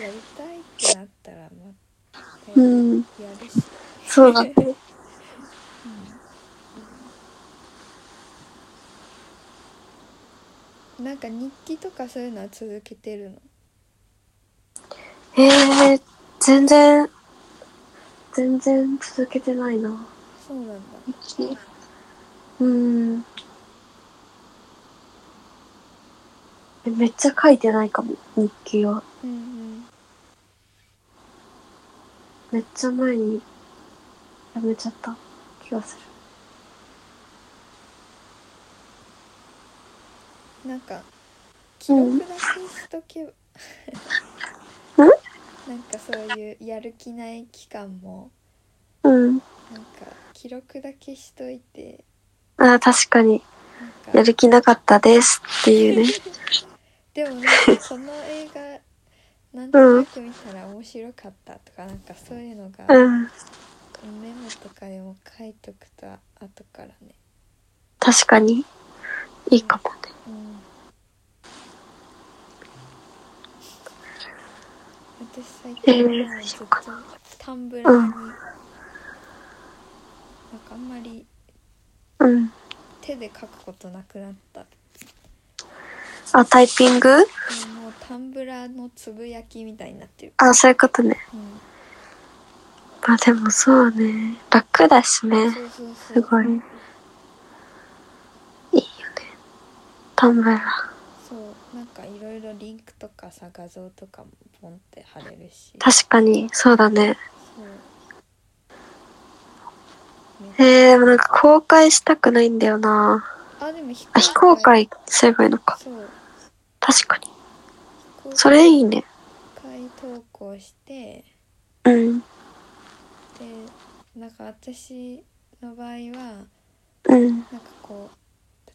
Speaker 2: てなったらまたや
Speaker 1: うん。
Speaker 2: るし、
Speaker 1: そうだね。
Speaker 2: なんか日記とかそういうのは続けてるの
Speaker 1: ええ全然、全然続けてないな。
Speaker 2: そうなんだ
Speaker 1: うん。えめっちゃ書いてないかも、日記は。
Speaker 2: うんうん
Speaker 1: めっちゃ前にやめちゃった気がする。
Speaker 2: なんか記録だけしとけば [laughs]
Speaker 1: うん
Speaker 2: なんかそういうやる気ない期間も
Speaker 1: うん。
Speaker 2: なんか記録だけしといて
Speaker 1: ああ、確かに。
Speaker 2: なんか
Speaker 1: やる気なかったですっていうね。
Speaker 2: でもなんかその映画なんとなく見たら面白かったとかなんかそういうのが
Speaker 1: うん。
Speaker 2: メモとかでも書いとくと後からね、
Speaker 1: 確かに。いいかもね。
Speaker 2: うん、私最近はずっとタンブラーになんかあんまり
Speaker 1: うん。
Speaker 2: 手で書くことなくなった
Speaker 1: あ、タイピング
Speaker 2: もうタンブラーのつぶやきみたいになってる、
Speaker 1: あ、そういうことね。
Speaker 2: うん
Speaker 1: まあでもそうね。楽だしね。
Speaker 2: そうそうそう
Speaker 1: すごい。いいよね。タンブラー。
Speaker 2: そうなんかいろいろリンクとかさ画像とかもポンって貼れるし
Speaker 1: 確かに、そうだね。
Speaker 2: そう
Speaker 1: えー、なんか公開したくないんだよな。
Speaker 2: あでも非
Speaker 1: あ、非公開すればいいのか。
Speaker 2: そう
Speaker 1: 確かに。
Speaker 2: 非公
Speaker 1: それいいね。
Speaker 2: 開投稿して
Speaker 1: うん。
Speaker 2: でなんか私の場合は
Speaker 1: うん
Speaker 2: なんかこう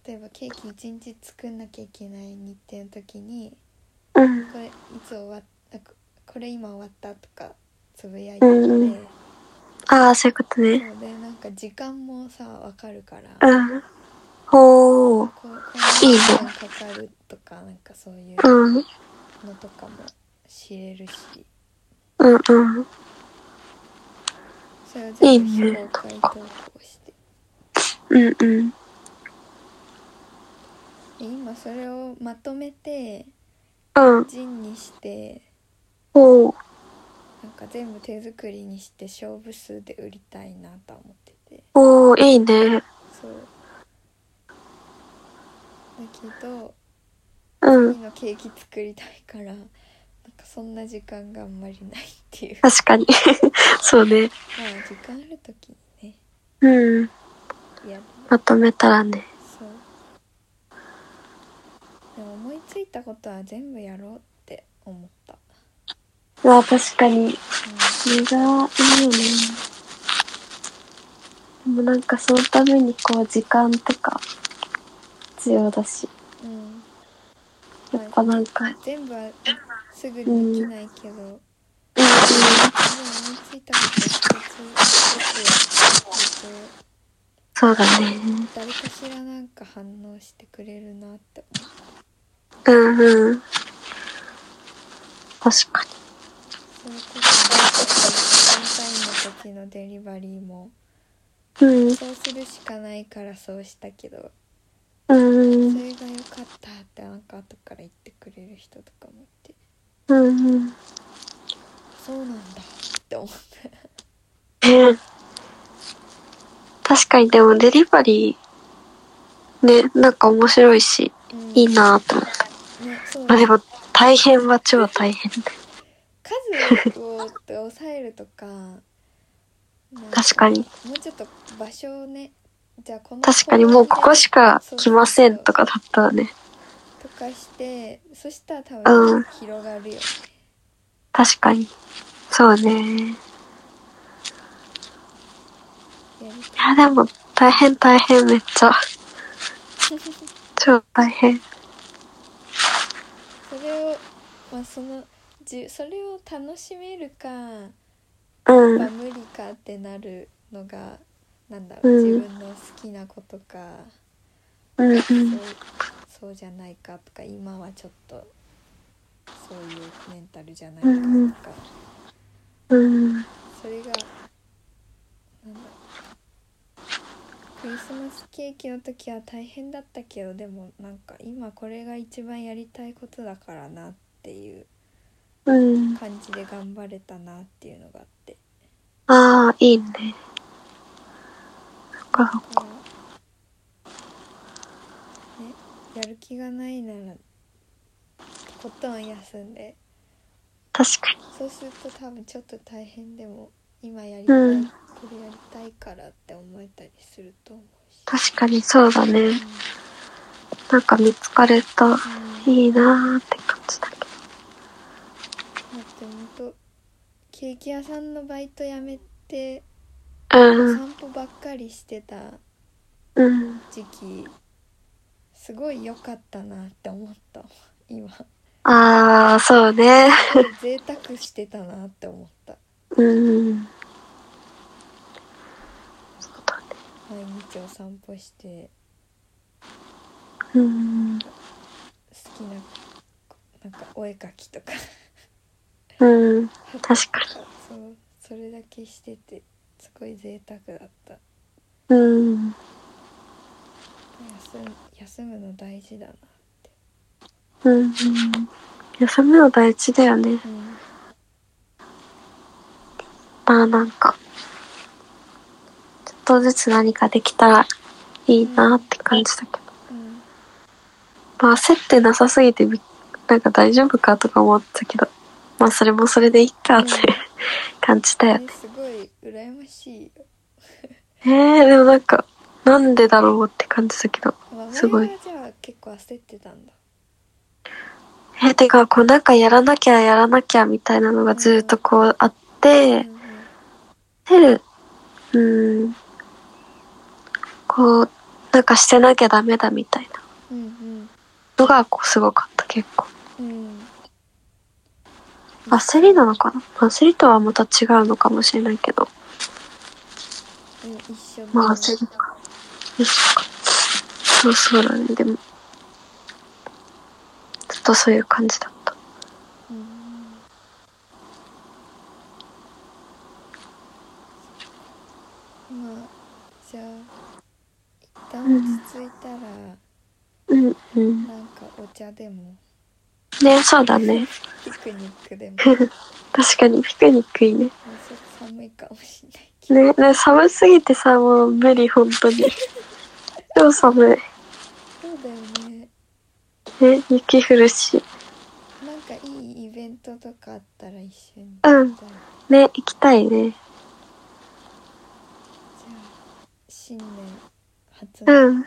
Speaker 2: 例えばケーキ一日作んなきゃいけない日程の時に
Speaker 1: うん
Speaker 2: これいつ終わっあここれ今終わったとかつぶやいてきて、
Speaker 1: うんうんああそういうことね
Speaker 2: そうでなんか時間もさわかるから、
Speaker 1: うんほう
Speaker 2: こうこんない
Speaker 1: い
Speaker 2: 時
Speaker 1: ね
Speaker 2: 間かかるとかなんかそういう
Speaker 1: うん
Speaker 2: のとかも知れるし
Speaker 1: うんうん
Speaker 2: それを全部
Speaker 1: いいね
Speaker 2: 紹介投稿して
Speaker 1: うんうん
Speaker 2: で今それをまとめて
Speaker 1: うん
Speaker 2: 陣にして
Speaker 1: ほう
Speaker 2: なんか全部手作りにして勝負数で売りたいなとは思ってて
Speaker 1: おーいいね
Speaker 2: そうだけど
Speaker 1: う
Speaker 2: 次
Speaker 1: ん
Speaker 2: のケーキ作りたいからなんかそんな時間があんまりないっていう
Speaker 1: 確かに [laughs] そうね
Speaker 2: まあ時間ある時にね
Speaker 1: うん
Speaker 2: やる
Speaker 1: まとめたらね
Speaker 2: そうでも思いついたことは全部やろうって思った、
Speaker 1: うわ確かに
Speaker 2: う
Speaker 1: それがいいよね。でもなんかそのためにこう時間とか必要だし、
Speaker 2: んうん
Speaker 1: やっぱなんか、うん、
Speaker 2: 全部はすぐにできないけど、でも思いついたこと一つ一つやって
Speaker 1: そうだね。
Speaker 2: ると誰かしらなんか反応してくれるなって思
Speaker 1: うんうん。確かに。
Speaker 2: うそれこそバレンタインの時のデリバリーも
Speaker 1: うん、
Speaker 2: そうするしかないからそうしたけど
Speaker 1: うん
Speaker 2: そ、れが良かったってなんか後から言ってくれる人とかもいて
Speaker 1: うん、うん。
Speaker 2: そうなんだって思って
Speaker 1: ね確かにでもデリバリー、ね、なんか面白いし、いいなぁと思って。
Speaker 2: ねそう
Speaker 1: まあでも大変は超大変で。
Speaker 2: 数を抑えるとかなん
Speaker 1: 確かに
Speaker 2: もうちょっと場所をねじゃあこの
Speaker 1: 確かにもうここしか来ませんとかだったらね。
Speaker 2: とかしてそしたら多分、
Speaker 1: うん
Speaker 2: 広がるよね
Speaker 1: 確かに。そうね。
Speaker 2: やり
Speaker 1: いや、でも、大変大変めっちゃ、
Speaker 2: たい
Speaker 1: 超大変。
Speaker 2: それをまあそのじゅそれを楽しめるかやっ
Speaker 1: う
Speaker 2: ぱ
Speaker 1: ん。
Speaker 2: 無理かってなるのがなんだろ
Speaker 1: う
Speaker 2: うん自分の好きなことか、
Speaker 1: うんう。
Speaker 2: そうんそうじゃないかとか今はちょっとそういうメンタルじゃないか
Speaker 1: う
Speaker 2: とか、
Speaker 1: んうんうん。
Speaker 2: それがなんだクリスマスケーキの時は大変だったけどでもなんか今これが一番やりたいことだからなっていう
Speaker 1: うん。
Speaker 2: 感じで頑張れたなっていうのがあって
Speaker 1: ああ、いいね。そっかそ
Speaker 2: だ
Speaker 1: っ
Speaker 2: からねやる気がないならとことん休んで
Speaker 1: か確かに。
Speaker 2: そうすると多分ちょっと大変でも今やりたい、
Speaker 1: うん
Speaker 2: これやりたいからって思えたりすると思うし。
Speaker 1: 確かにそうだね。なんか見つかると、
Speaker 2: うん
Speaker 1: いいなーって感じだけど。
Speaker 2: だってほんとケーキ屋さんのバイト辞めて
Speaker 1: うん。
Speaker 2: 散歩ばっかりしてた
Speaker 1: うん。
Speaker 2: 時期すごい良かったなって思った今
Speaker 1: ああ、そうね。
Speaker 2: 贅沢してたなって思った
Speaker 1: うん。そうだね。
Speaker 2: 毎日お散歩して
Speaker 1: うん。
Speaker 2: 好きななんかお絵描きとか
Speaker 1: うん。確かに。
Speaker 2: そうそれだけしててすごい贅沢だった
Speaker 1: うん。
Speaker 2: 休む休むの大事だな
Speaker 1: うんうん。休みは大事だよね。
Speaker 2: うん
Speaker 1: まあなんか、ちょっとずつ何かできたらいいなって感じだけど。
Speaker 2: うん
Speaker 1: まあ焦ってなさすぎてびっ、なんか大丈夫かとか思ったけど、まあそれもそれでいいかって
Speaker 2: うん
Speaker 1: 感じだよね。
Speaker 2: えすごい羨ましいよ
Speaker 1: ええでもなんか、なんでだろうって感じだけど。すごい
Speaker 2: 名前はじゃあ結構焦ってたんだ
Speaker 1: えてか、こうなんかやらなきゃやらなきゃみたいなのがずっとこうあっ
Speaker 2: うんう
Speaker 1: て
Speaker 2: ん、
Speaker 1: てる、うん、こう、なんかしてなきゃダメだみたいな
Speaker 2: うん
Speaker 1: のが、こう、すごかった、結構。
Speaker 2: うんうん
Speaker 1: 焦りなのかな焦りとはまた違うのかもしれないけど。
Speaker 2: うん一緒だ
Speaker 1: まあ、焦りか。そうそうだね、でも。ずっとそういう感じだった。
Speaker 2: うんまあじゃあ一旦落ち着いたら、
Speaker 1: うん、うん。
Speaker 2: なんかお茶でも
Speaker 1: ね、そうだね。
Speaker 2: ピクニックでも
Speaker 1: 確かに、ピクニックいいね。
Speaker 2: もうちょっと寒いかもしれないけど
Speaker 1: ね、ね、寒すぎてさ、もう無理、本 [laughs] 当に。超寒い。
Speaker 2: そうだよね
Speaker 1: ね、雪降るし。
Speaker 2: なんかいいイベントとかあったら一緒に
Speaker 1: うん
Speaker 2: じゃあ
Speaker 1: ね、行きたいね。
Speaker 2: 新年初の、
Speaker 1: うん。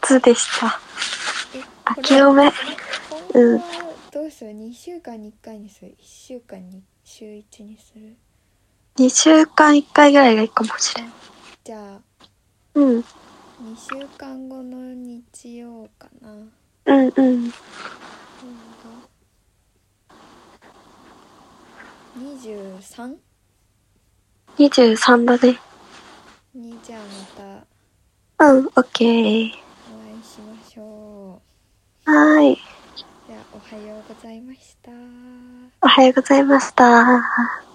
Speaker 1: 初でした。
Speaker 2: え
Speaker 1: 明
Speaker 2: これ
Speaker 1: けおめ。
Speaker 2: 今後はどうする2週間に1回にする1週間に週1にする
Speaker 1: 2週間1回ぐらいがいいかもしれん。
Speaker 2: じゃあ
Speaker 1: うん。
Speaker 2: 2週間後の日曜かな今
Speaker 1: うんうん。
Speaker 2: 度 23?
Speaker 1: 23だね。
Speaker 2: にじゃあまた
Speaker 1: うん、オッケー。
Speaker 2: お会いしましょ
Speaker 1: はーい。
Speaker 2: うじゃあおはようございました
Speaker 1: おはようございました。